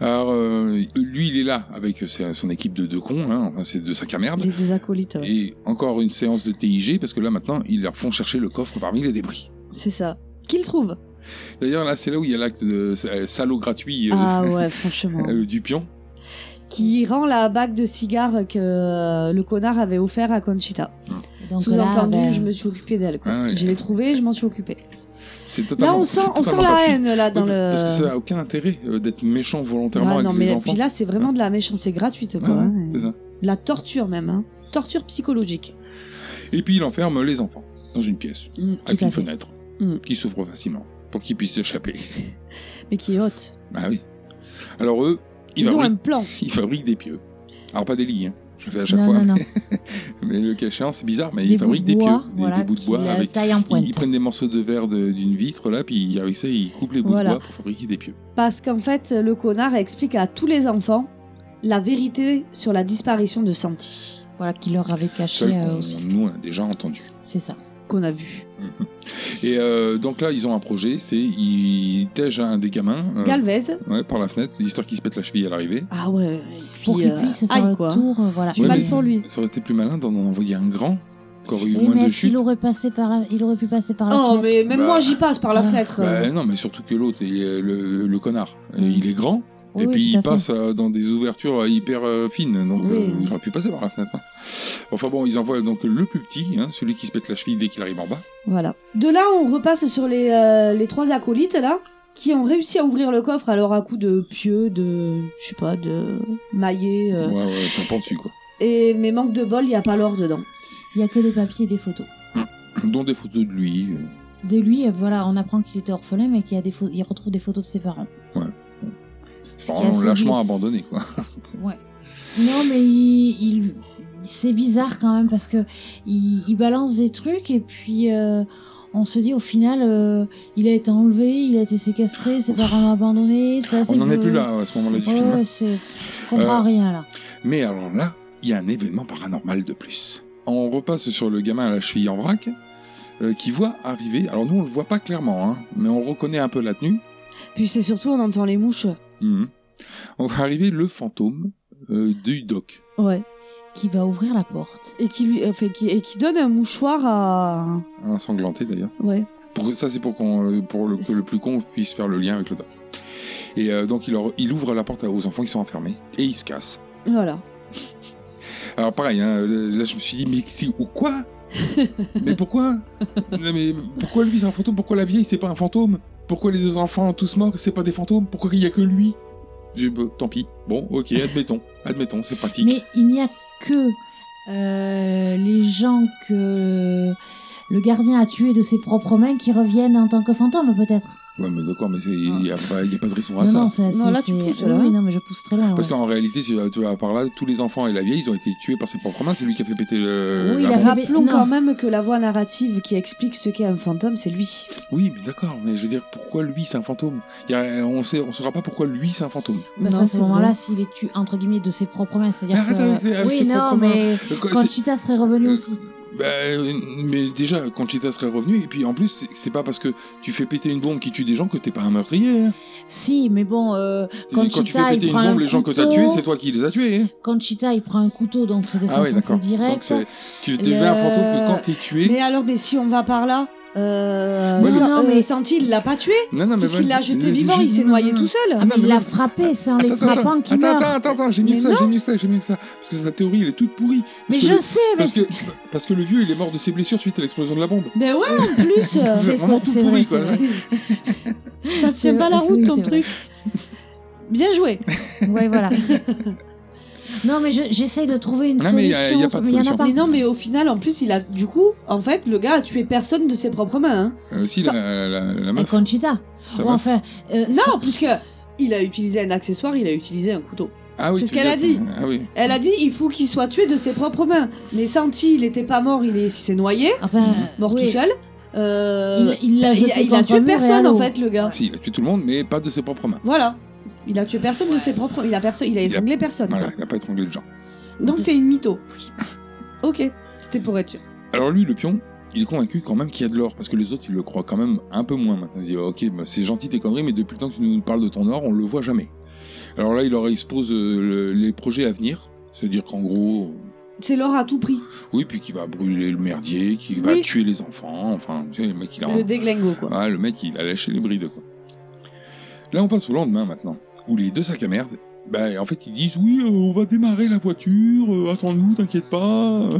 Alors euh, lui il est là avec euh, sa- son équipe de deux cons, hein, enfin c'est de sa à merde. Les deux acolytes, euh, ouais. Et encore une séance de TIG parce que là maintenant ils leur font chercher le coffre parmi les débris. c'est ça. Qu'ils trouvent D'ailleurs là c'est là où il y a l'acte de euh, salaud gratuit euh, Ah ouais, franchement. euh, du pion. Qui rend la bague de cigares que euh, le connard avait offert à Conchita. Donc Sous-entendu, là, ben, je me suis occupée d'elle. quoi. Ah ouais. Je l'ai trouvée, je m'en suis occupée. C'est Là, totalement. on sent, c'est on sent totalement la gratuit. haine là Oui, dans mais le. Parce que ça a aucun intérêt euh, d'être méchant volontairement Ah, avec non, les mais enfants. puis là, c'est vraiment de la méchanceté gratuite, Ouais, quoi. hein. ouais, c'est ça. De la torture même, hein. torture psychologique. Et puis il enferme les enfants dans une pièce Mm. avec à une fait. fenêtre Mm. qui s'ouvre facilement pour qu'ils puissent s'échapper. Mais qui est haute. Bah oui. Alors eux, ils, Ils ont fabriquent, un plan. ils fabriquent des pieux. Alors pas des lits, hein. je le fais à chaque non, fois. non, non. Mais le cas échéant, c'est bizarre, mais Des ils bouts de fabriquent des bois, pieux, des- voilà, des, bouts de qui, bois euh, avec. taille en Ils, pointe. ils prennent des morceaux de verre de- d'une vitre là, puis avec ça ils coupent les bouts Voilà. de bois pour fabriquer des pieux. Parce qu'en fait, le connard explique à tous les enfants la vérité sur la disparition de Santi, Voilà, qui leur avait caché Seul euh, qu'on aussi. nous a déjà entendu. C'est ça. qu'on a vue. Et euh, donc là, ils ont un projet, c'est ils tègent un des gamins euh, Galvez. ouais, par la fenêtre, histoire qu'il se pète la cheville à l'arrivée. Ah ouais. et Pour puis, qu'ils euh, puissent faire aïe, le quoi. tour, euh, voilà. J'ai Ouais, mal mais- pour lui. Ça aurait été plus malin d'en envoyer un grand, qui aurait eu Oui, moins mais de est-ce qu'il chutes. aurait, passé par là il aurait pu passer par la Oh, fenêtre mais même Bah. moi, j'y passe par la Ah. fenêtre. Bah, non, mais surtout que l'autre, est, euh, le, le connard, euh, Mm. il est grand, Oui, et oui, puis tout à il fait. passe euh, dans des ouvertures euh, hyper euh, fines, donc Oui. euh, il aurait pu passer par la fenêtre. hein. Enfin bon, ils envoient donc le plus petit, hein, celui qui se pète la cheville dès qu'il arrive en bas. Voilà. De là, on repasse sur les, euh, les trois acolytes, là, qui ont réussi à ouvrir le coffre, alors à coup de pieux, de. Je sais pas, de. maillet. euh, Ouais, ouais, t'en penses dessus, quoi. Et mais manque de bol, il y a pas l'or dedans. Il n'y a que des papiers et des photos. Dont des photos de lui. euh, De lui, euh, voilà, on apprend qu'il était orphelin, mais qu'il y a des pho- il retrouve des photos de ses parents. C'est qui est vraiment assez lâchement abandonné, quoi. Ouais. Non, mais il, il- c'est bizarre quand même parce que il, il balance des trucs et puis euh, on se dit au final, euh, il a été enlevé, il a été séquestré, ses parents l'ont abandonné. C'est assez On n'en est bleu- plus là, à ce moment-là du film. Ouais, c'est. Je comprends Euh, rien là. Mais alors là, il y a un événement paranormal de plus. On repasse sur le gamin à la cheville en vrac, euh, qui voit arriver. Alors nous, on le voit pas clairement, hein, mais on reconnaît un peu la tenue. Puis c'est surtout, on entend les mouches. Mhm. On voit arriver le fantôme euh, du doc. Ouais. Qui va ouvrir la porte. Et qui lui, enfin, qui, et qui donne un mouchoir à. Ensanglanté d'ailleurs. Ouais. Pour, que- ça, c'est pour, qu'on, euh, pour le, que le plus con puisse faire le lien avec le doc. Et euh, donc, il, leur- il ouvre la porte aux enfants qui sont enfermés et il se casse. Voilà. Alors, pareil, hein, là, je me suis dit, mais c'est ou quoi Mais pourquoi Non, Mais pourquoi lui c'est un fantôme Pourquoi la vieille c'est pas un fantôme Pourquoi les deux enfants tous morts c'est pas des fantômes Pourquoi il y a que lui J'ai bah, tant pis. Bon, ok, admettons, admettons, c'est pratique. Mais il n'y a que euh, les gens que le gardien a tués de ses propres mains qui reviennent en tant que fantômes peut-être. Ouais, mais d'accord, mais c'est- il n'y a, pas- il y a pas de raison à Ah. non, ça. non, c'est- Non, c'est- là, tu c'est- pousses, oui, là. oui, non, mais je pousse très loin. Parce ouais. qu'en réalité, si tu vas par là, tous les enfants et la vieille, ils ont été tués par ses propres mains. C'est lui qui a fait péter le. Oui, Euh, la il a bombe. fait- Rappelons Non. quand même que la voix narrative qui explique ce qu'est un fantôme, c'est lui. oui, mais d'accord, mais je veux dire, pourquoi lui c'est un fantôme Il y a- On sait, on saura pas pourquoi lui c'est un fantôme. Parce Non, à c'est ce moment-là, vrai. s'il est tué entre guillemets de ses propres mains, Mais c'est-à-dire arrête avec ses- que avec ses oui, non, propres mains. mais Euh, quoi, c'est- Conchita serait revenue Euh, aussi. Bah, euh, mais déjà, Conchita serait revenue, et puis en plus, c'est- c'est pas parce que tu fais péter une bombe qui tue des gens que t'es pas un meurtrier. hein. Si, mais bon, euh, Et Quand tu Conchita, fais il péter une prend un bombe, les gens que t'as couteau. tués, c'est toi qui les as tués. hein. Conchita, il prend un couteau, donc c'est de Ah ouais, façon plus d'accord. Donc directe. c'est- tu t'es un Le- fantôme que quand t'es tué. Mais alors, mais si on va par là. Euh, Ouais, Sa- non, euh, mais- Santi, il l'a pas tué, Non, non, mais puisqu'il voilà. l'a jeté C'est vivant, juste- il s'est non, noyé non, tout non. seul. Ah non, Mais il mais l'a voilà. frappé, c'est en les Attends, attends, frappant qu'il attends, meurt. attends, attends, attends, j'ai mieux Mais que ça, non. j'ai mieux que ça, j'ai mieux que ça. Parce que sa théorie, elle est toute pourrie. Parce mais que je le- sais, mais Parce que, parce que le vieux, il est mort de ses blessures suite à l'explosion de la bombe. Mais ouais, en plus, euh, C'est vraiment tout c'est pourri, quoi. vrai, c'est vrai. ça tient pas la route ton truc. Bien joué. Ouais, voilà. Non, mais je- j'essaye de trouver une Non, mais il y a- solution. il y a pas de mais il y en solution. pas. Mais non, mais au final, en plus, il a, du coup, en fait, le gars a tué personne de ses propres mains. hein. Euh, si, Ça- la, la, la Et meuf, Conchita. ça Ou va. enfin, euh, Non, puisque il a utilisé un accessoire, il a utilisé un couteau. Ah oui, c'est ce tu veux qu'elle dire- a Ah oui. Elle a dit, il faut qu'il soit tué de ses propres mains. Mais Santi, il n'était pas mort, il est- il s'est noyé, Enfin, mort oui. tout seul. Euh, Il- il l'a il, jeté il a contre tué un mur et personne à en l'eau. fait, le gars. Si, il a tué tout le monde, mais pas de ses propres mains. Voilà. Il a tué personne de ses propres. Il a perso- Il a Il a- étranglé personne. Voilà, il n'a pas étranglé les gens. Donc t'es une mytho. Ok. C'était pour être sûr. Alors lui, le pion, il est convaincu quand même qu'il y a de l'or, parce que les autres, ils le croient quand même un peu moins maintenant. Il dit, ok, bah, c'est gentil tes conneries, mais depuis le temps que tu nous parles de ton or, on le voit jamais. Alors là, il leur expose euh, le- les projets à venir, c'est-à-dire qu'en gros, C'est l'or à tout prix. euh, oui, puis qu'il va brûler le merdier, qu'il va Oui. tuer les enfants, enfin, tu sais, le mec, il a... Le déglingo, quoi. Ah, le mec, il a lâché les brides, quoi. Là, on passe au lendemain, maintenant, où les deux sacs à merde, bah, en fait, ils disent, oui, euh, on va démarrer la voiture, euh, attends-nous, t'inquiète pas, euh,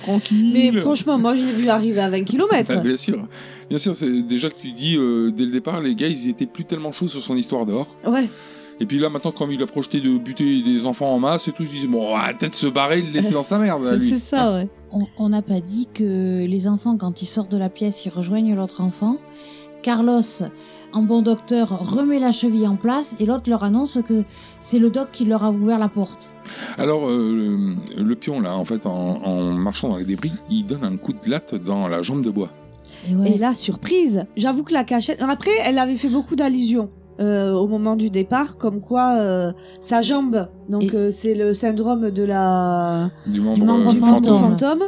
tranquille. Mais franchement, moi, je l'ai vu arriver à 20 Ah, km. bien sûr, bien sûr, c'est déjà que tu dis euh, dès le départ, les gars, ils étaient plus tellement chauds sur son histoire d'or. Ouais. Et puis là, maintenant, comme il a projeté de buter des enfants en masse et tout, ils se disent bon, on va peut-être se barrer, le laisser dans sa merde, à C'est lui. ça, ouais. on- on n'a pas dit que les enfants, quand ils sortent de la pièce, ils rejoignent l'autre enfant. Carlos, en bon docteur, remet la cheville en place et l'autre leur annonce que c'est le doc qui leur a ouvert la porte. Alors, euh, le- le pion là, en fait, en, en marchant dans les débris, il donne un coup de latte dans la jambe de bois. Et Ah. ouais. Et là, surprise. J'avoue que la cachette. Après, elle avait fait beaucoup d'allusions. euh, au moment du départ, comme quoi euh, sa jambe, donc Et- euh, c'est le syndrome de la Du membre, membre euh, du fantôme. fantôme, fantôme.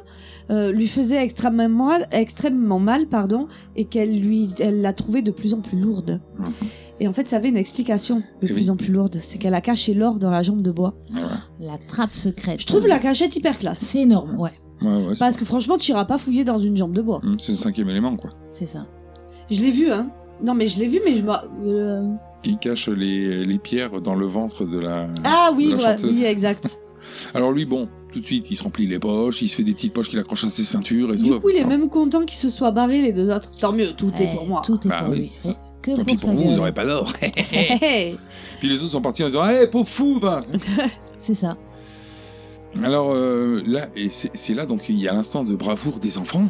euh, lui faisait extrêmement mal, extrêmement mal pardon, et qu'elle lui, elle l'a trouvée de plus en plus lourde. Mhm. Et en fait, ça avait une explication de Eh plus oui. en plus lourde, c'est qu'elle a caché l'or dans la jambe de bois. Ouais, ouais. La trappe secrète. Je trouve Ah. la cachette hyper classe, C'est énorme, ouais, Ouais, ouais, c'est- parce que franchement, tu iras pas fouiller dans une jambe de bois. Hum, c'est le cinquième élément, quoi. c'est ça. Je l'ai vu, hein. Non, mais je l'ai vu, mais je m'a- euh, Qui cache les, les pierres dans le ventre de la. Ah oui, La voilà, chanteuse. oui, exact. Alors lui, bon, tout de suite, il se remplit les poches, il se fait des petites poches qu'il accroche à ses ceintures et du tout. coup, il est Ah, même content qu'ils se soient barrés les deux autres. Tant mieux, tout est Eh, pour moi. Tout est Bah pour oui, lui. c'est ça. Et Que Tant pour, pis pour sa vous, gueule. vous n'aurez pas d'or. Hey, hey. Puis les autres sont partis en disant Hé, pauvre fou va C'est ça. Alors euh, là, et c'est c'est là donc il y a l'instant de bravoure des enfants.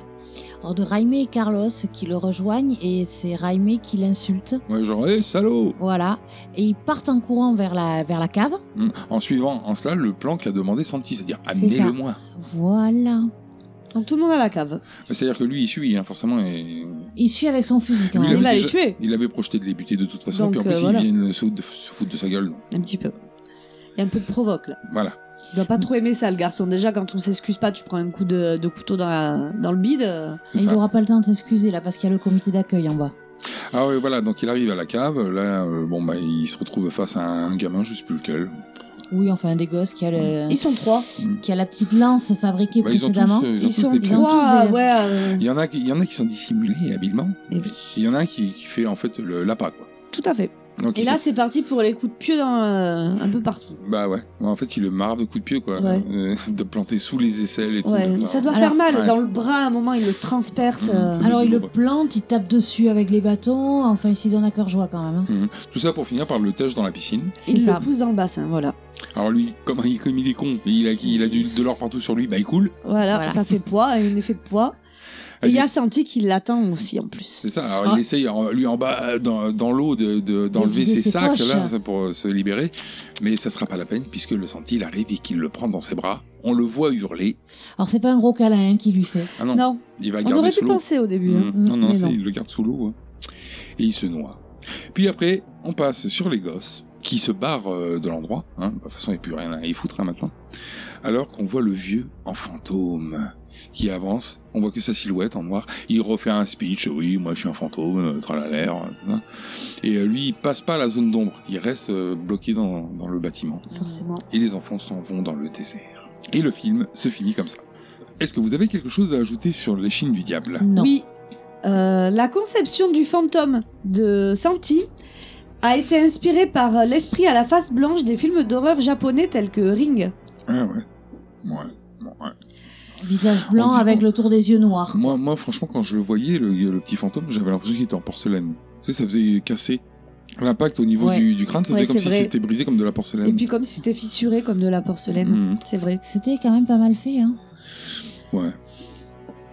Hors de Raime et Carlos qui le rejoignent et c'est Raime qui l'insulte. Ouais, genre Hé, salaud Voilà. Et ils partent en courant vers la, vers la cave. Hum, En suivant en cela le plan qu'a demandé Santi, c'est-à-dire C'est amenez-le ça. moi. Voilà. Donc tout le monde à la cave. C'est-à-dire que lui il suit, hein, forcément, et Il suit avec son fusil quand Lui, même. Il avait Il va les déjà- tuer, il avait projeté de les buter de toute façon, Donc, puis en euh, plus voilà. ils viennent se, de- se foutre de sa gueule. donc un petit peu. Il y a un peu de provoque là. Voilà. Il doit pas trop aimer ça, le garçon. Déjà, quand on s'excuse pas, tu prends un coup de, de couteau dans, la- dans le bide. euh. c'est Et il ça. n'aura pas le temps de s'excuser là parce qu'il y a le comité d'accueil en bas. Ah ouais, voilà, donc il arrive à la cave, là, euh, bon, bah, il se retrouve face à un gamin, je sais plus lequel. Oui, enfin, des gosses qui a, le- Ils sont trois. qui a la petite lance fabriquée Mmh. Bah, ils ont tous, précédemment. euh, ils ont Ils tous sont des pions. trois, Ils ont tous des- ouais. euh, Il y en a qui, il y en a qui sont dissimulés habilement. Et oui. Il y en a un qui, qui fait en fait le- l'appât quoi. Tout à fait. Donc Et il là, s'est- c'est parti pour les coups de pied dans, euh, un peu partout. bah ouais. En fait, il le marre de coups de pied quoi, Ouais. Euh, de planter sous les aisselles et tout. Ouais, comme ça doit Alors- faire mal. Ouais, dans c'est- le bras, à un moment, il le transperce. Mhm, euh. c'est- Alors il le Double. plante, il tape dessus avec les bâtons. Enfin, il s'y donne à cœur joie quand même. hein. Tout ça pour finir par le tèche dans la piscine. Il c'est le ça. pousse dans le bassin, voilà. Alors lui, comme il, comme il est con, il a, il a du, de l'or partout sur lui, bah il coule. Voilà, Voilà. ça fait poids, un effet de poids. Et il y a Lui, senti qu'il l'attend aussi, en Ah, C'est plus. ça. Alors il Ah. essaye en- lui en bas euh, dans, dans l'eau de- de- d'enlever vider ses, ses sacs poches. là ça, pour euh, se libérer, mais ça sera pas la peine puisque le senti il arrive et qu'il le prend dans ses bras. On le voit hurler. Alors c'est pas un gros câlin hein, qu'il lui fait. Ah non, Non, il va le on garder aurait pu sous l'eau. penser au début. hein. Mm. Non, non, mais c'est- non. il le garde sous l'eau. hein. Et il se noie. Puis après, on passe sur les gosses qui se barrent euh, de l'endroit. hein. De toute façon, il n'y a plus rien à y foutre hein, maintenant. Alors qu'on voit le vieux en fantôme qui avance. On voit que sa silhouette en noir. Il refait un speech. Oui, moi je suis un fantôme, euh, tralala. hein. Et euh, lui, il passe pas à la zone d'ombre. Il reste euh, bloqué dans, dans le bâtiment. Forcément. Et les enfants s'en vont dans le désert. Et le film se finit comme ça. Est-ce que vous avez quelque chose à ajouter sur les chines du diable Non. Oui. Euh, la conception du fantôme de Santi a été inspirée par l'esprit à la face blanche des films d'horreur japonais tels que Ring. Ah ouais. Ouais. Bon, ouais. Visage blanc On dit- avec le tour des yeux noirs. Moi, moi, franchement, quand je le voyais, le, le petit fantôme, j'avais l'impression qu'il était en porcelaine. Tu sais, ça faisait casser. L'impact au niveau Ouais. du, du crâne, ça Ouais, faisait comme c'est si vrai. c'était brisé comme de la Et porcelaine. puis comme si c'était fissuré comme de la porcelaine, Mhm. c'est vrai. C'était quand même pas mal fait. Hein. Ouais.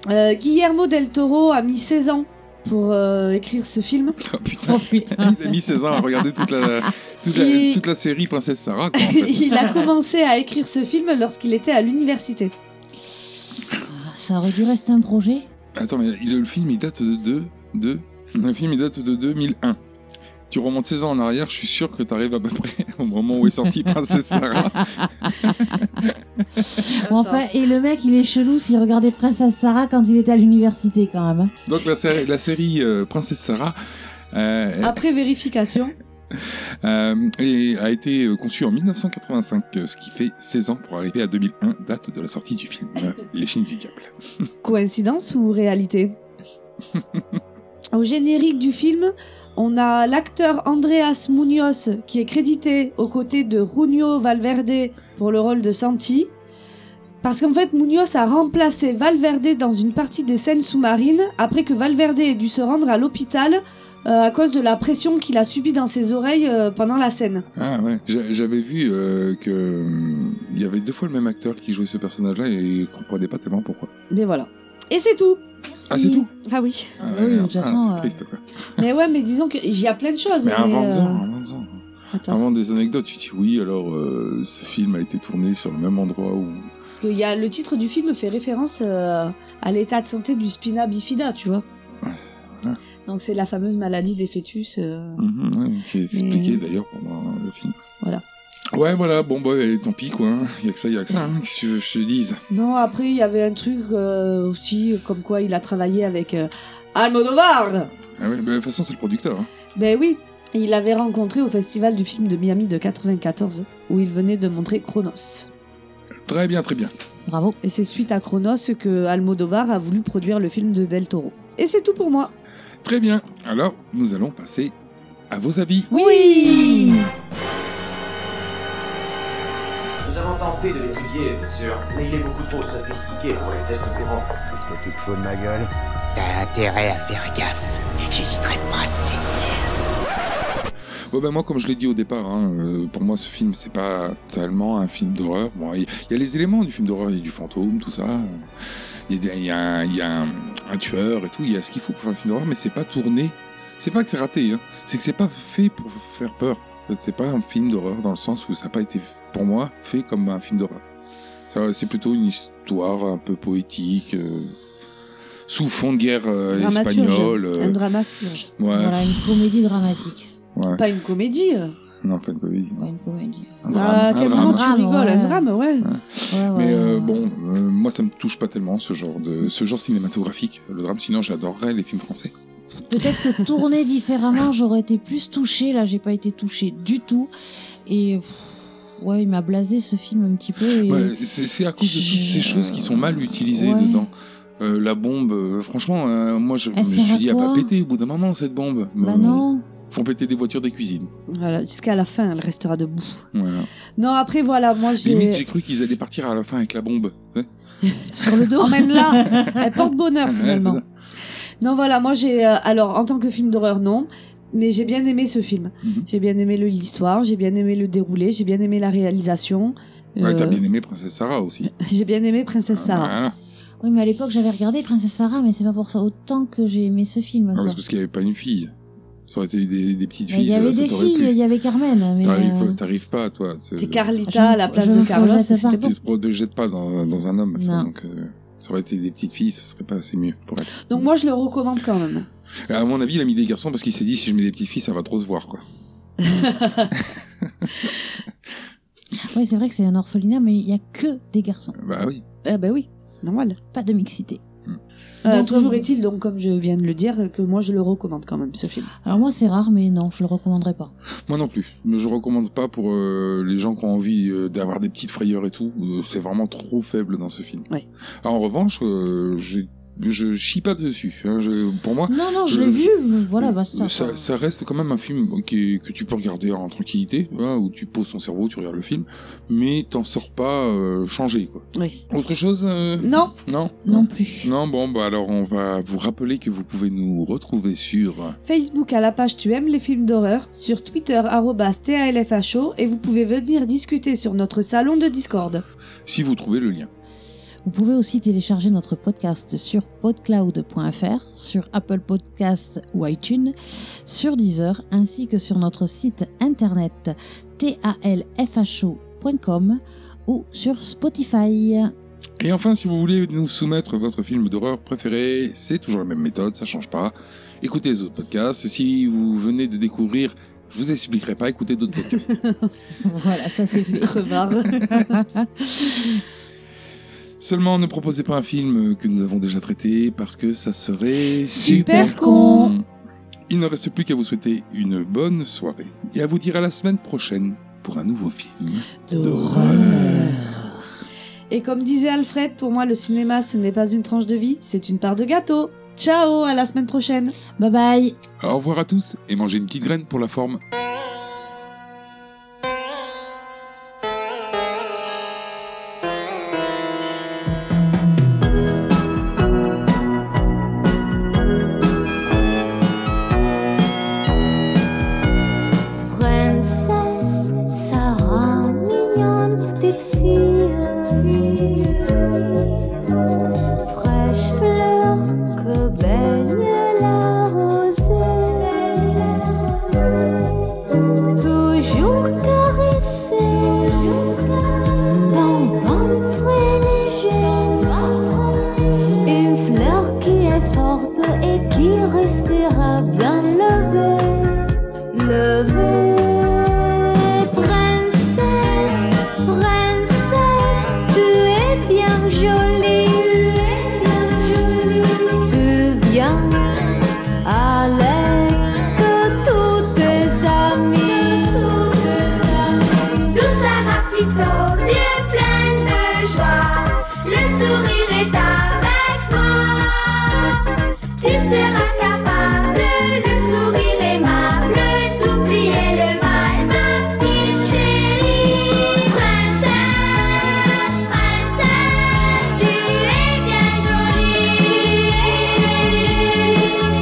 Euh, Guillermo del Toro a mis 16 ans pour euh, écrire ce film. Ah, Oh, putain. Il a mis 16 ans à regarder toute la, toute la, Il- toute la série Princesse Sarah, quoi, en fait. Il a commencé à écrire ce film lorsqu'il était à l'université. Ah, Ça aurait dû rester un projet. Attends, mais il- le film, il date de, de, de- Le film, il date de 2001. Tu remontes 16 ans en arrière, je suis sûr que t'arrives à peu près au moment où est sorti Princesse Sarah. Bon, enfin, et le mec, il est chelou s'il regardait Princesse Sarah quand il était à l'université quand même. hein. Donc la, série- la série euh, Princesse Sarah euh, Après vérification, euh, et a été conçue en 1985, euh, ce qui fait 16 ans pour arriver à 2001, date de la sortie du film euh, Les Chines du Diable. coïncidence ou réalité Au générique du film, on a l'acteur Andreas Munoz qui est crédité aux côtés de Junio Valverde pour le rôle de Santi. Parce qu'en fait, Munoz a remplacé Valverde dans une partie des scènes sous-marines après que Valverde ait dû se rendre à l'hôpital euh, à cause de la pression qu'il a subie dans ses oreilles euh, pendant la scène. Ah ouais, J'a- j'avais vu euh, que hum, il y avait deux fois le même acteur qui jouait ce personnage-là et je comprenais pas tellement pourquoi. Mais voilà. Et c'est tout Ah c'est tout Ah oui. Ah, oui, merde. de toute Ah, façon, c'est euh, triste quoi. Mais ouais, mais disons qu'il y a plein de choses. Mais euh, avant-en, avant-en. attends. Avant des anecdotes, tu dis oui, alors euh, ce film a été tourné sur le même endroit où. Parce que y a, le titre du film fait référence euh, à l'état de santé du spina bifida, tu vois. Ouais. Donc c'est la fameuse maladie des fœtus. euh. Mm-hmm. Mhm, ouais, qui est expliqué d'ailleurs pendant le film. Voilà. Ouais, voilà, bon, bah, eh, tant pis quoi, il y a que ça, il y a que ça, hein, qu'est-ce que tu veux que je te dise. Non, après il y avait un truc euh, aussi euh, comme quoi il a travaillé avec euh, Almodovar. Ah ouais, bah, de toute façon, c'est le producteur. hein. Ben oui, il l'avait rencontré au festival du film de Miami de 94 où il venait de montrer Chronos. Très bien, très bien. Bravo. Et c'est suite à Chronos que Almodovar a voulu produire le film de Del Toro. Et c'est tout pour moi. Très bien, alors nous allons passer à vos avis. Oui. Nous avons tenté de l'étudier, bien sûr, mais il est beaucoup trop sophistiqué pour les tests courants. Qu'est-ce que tu te fous de ma gueule T'as intérêt à faire gaffe. J'hésiterai pas de céder. Ouais, bah, moi, comme je l'ai dit au départ, hein, euh, pour moi, ce film, c'est pas tellement un film d'horreur. Bon, il il y a les éléments du film d'horreur, il y a du fantôme, tout ça. Il y a, des- il y a un, il y a un- un tueur et tout, il y a ce qu'il faut pour un film d'horreur, mais c'est pas tourné. C'est pas que c'est raté, hein. c'est que c'est pas fait pour faire peur. En fait, C'est pas un film d'horreur dans le sens où ça n'a pas été, pour moi, fait comme un film d'horreur. Ça, C'est plutôt une histoire un peu poétique, euh, sous fond de guerre euh, Dramaturge. espagnole. euh, Un dramaturge. ouais, Voilà, une comédie dramatique. ouais. Pas une comédie. euh. Non, pas de comédie. Ouais, une comédie. Un Bah, à drame, un quel drame. moment tu drame, rigoles Un ouais. drame, ouais. Ouais, ouais, Mais euh, ouais. bon, euh, moi ça me touche pas tellement ce genre de ce genre cinématographique, le drame. Sinon, j'adorerais les films français. Peut-être que tourner différemment, j'aurais été plus touchée. Là, j'ai pas été touchée du tout. Et pff, ouais, il m'a blasé ce film un petit peu. Et... Ouais, c'est c'est à cause de toutes ces Euh, choses qui sont mal utilisées ouais. dedans. Euh, la bombe, euh, franchement, euh, moi je, je me Elle sert suis à dit, elle va quoi péter au bout d'un moment cette bombe. Bah Euh, non. Font péter des voitures des cuisines. Voilà, jusqu'à la fin, elle restera debout. Voilà. Non, après, voilà, moi Limite, j'ai. j'ai cru qu'ils allaient partir à la fin avec la bombe. Ah, hein. Sur le dos. Emmène-la Elle porte bonheur Ouais, finalement. c'est ça. Non, voilà, moi j'ai. euh, alors, en tant que film d'horreur, non. Mais j'ai bien aimé ce film. Mhm. J'ai bien aimé le- l'histoire, j'ai bien aimé le déroulé, j'ai bien aimé la réalisation. Ouais, Euh, t'as bien aimé Princesse Sarah aussi. Euh, Ah, j'ai bien aimé Princesse Sarah. Voilà. Oui, mais à l'époque, j'avais regardé Princesse Sarah, mais c'est pas pour ça autant que j'ai aimé ce film. Ah, quoi. parce parce qu'il n'y avait pas une fille. Ça aurait été des, des petites Mais il filles. y ça, avait ça des t'aurait filles, plu. il y avait Carmen. Mais T'arrives euh, t'arrives pas, toi. C'est je- Carlita à la place je de me Carlos, projette c'était pas. bon. tu te ne jettes pas dans, dans un homme. tu vois, Non. donc, euh, ça aurait été des petites filles, ce serait pas assez mieux pour elle. Donc, moi je le recommande quand même. À mon avis, il a mis des garçons parce qu'il s'est dit si je mets des petites filles, ça va trop se voir. Quoi. ouais, c'est vrai que c'est un orphelinat, mais il y a que des garçons, Bah oui. Eh ben oui, c'est normal. pas de mixité. Euh, Donc, toujours euh, est-il, donc, comme je viens de le dire, que moi je le recommande quand même ce film. Alors moi, c'est rare, mais non, je le recommanderais pas. Moi non plus. Mais je recommande pas pour euh, les gens qui ont envie euh, d'avoir des petites frayeurs et tout. Euh, c'est vraiment trop faible dans ce film. Ouais. Ah, en revanche, euh, j'ai je chie pas dessus. hein, je- pour moi, Non, non, je l'ai vu, voilà, bah, basta. quoi. Euh, ça, ça reste quand même un film qui est- que tu peux regarder en tranquillité, tu vois, où tu poses ton cerveau, tu regardes le film, mais t'en sors pas euh, changé. Quoi. Oui. Autre chose euh, Non. Non Non plus. Non, bon, bah alors on va vous rappeler que vous pouvez nous retrouver sur... euh, Facebook à la page Tu aimes les films d'horreur, sur Twitter arrobas TALFHO et vous pouvez venir discuter sur notre salon de Discord. Si vous trouvez le lien. Vous pouvez aussi télécharger notre podcast sur podcloud.fr, sur Apple Podcasts ou iTunes, sur Deezer, ainsi que sur notre site internet talfho.com ou sur Spotify. Et enfin, si vous voulez nous soumettre votre film d'horreur préféré, c'est toujours la même méthode, ça change pas. Écoutez les autres podcasts. Si vous venez de découvrir, je vous expliquerai pas, écoutez d'autres podcasts. Voilà, ça c'est fait. Crevard. Seulement, ne proposez pas un film que nous avons déjà traité, parce que ça serait... Super con. Il ne reste plus qu'à vous souhaiter une bonne soirée, et à vous dire à la semaine prochaine pour un nouveau film. Et comme disait Alfred, pour moi le cinéma ce n'est pas une tranche de vie, c'est une part de gâteau. Ciao, à la semaine prochaine. Bye bye. Au revoir à tous, et mangez une petite graine pour la forme. Princesse Sarah, mignonne petite fille, fraîche fleur que baigne la rosée, toujours caressée, ton ventre est léger, une fleur qui est forte et qui restera bien levée. Levez, princesse, princesse, tu es bien jolie, tu viens avec tous tes amis, Douce Sarah aux yeux pleins de joie, le sourire est avec toi. Tu seras capable, le sourire aimable, d'oublier le mal, ma petite chérie. Princesse, princesse, tu es bien jolie.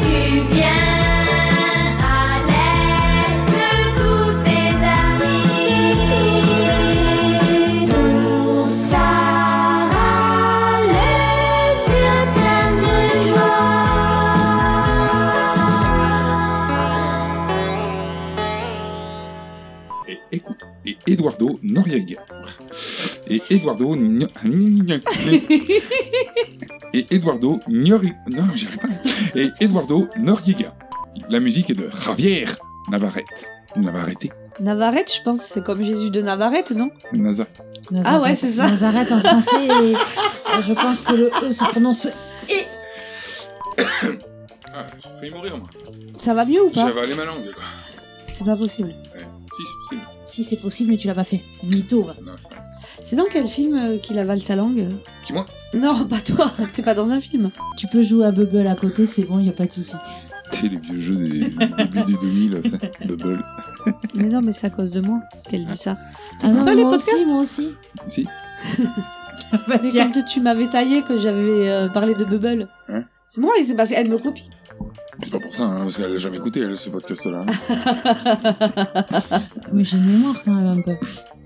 Tu viens à l'aide de tous tes amis. Tout Sarah, les yeux pleins de joie. Et, écoute, et Eduardo Noriega. Et Eduardo Nio- Et Eduardo Niori- Non, j'y arrive pas. Et Eduardo Noriega. La musique est de Javier Navarrete. Ou Navarrete. Navarrete, je pense, c'est comme Jésus de Navarrete, non NASA. Ah ouais, c'est ça. Nazareth en français, et euh, je pense que le E se prononce E. Ah, j'ai failli mourir, moi. Ça va mieux ou J'ai pas avalé ma langue, quoi. C'est pas possible. Ouais. Si, c'est possible. Si c'est possible, mais tu l'as pas fait. Mytho. va. C'est dans quel film euh, qu'il avale sa langue Qui, moi Non, pas toi, t'es pas dans un film. Tu peux jouer à Bubble à côté, c'est bon, y a pas de souci. C'est les vieux jeux des début des 2000, ça. Bubble. Mais non, mais c'est à cause de moi qu'elle dit ça. Ah non, T'écoutes pas mais les moi aussi, podcasts moi aussi. Si Mais quand tu m'avais taillé que j'avais euh, parlé de Bubble, Hein c'est moi, c'est parce qu'elle me copie. C'est pas pour ça, hein, parce qu'elle a jamais écouté, elle, ce podcast-là. hein. Mais j'ai une mémoire quand même un peu.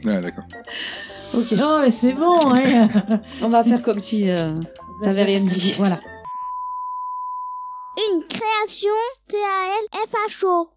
Ah, d'accord. Ok. Non, mais c'est bon, hein. On va faire comme si euh, t'avais rien dit. Voilà. Une création TALFHO.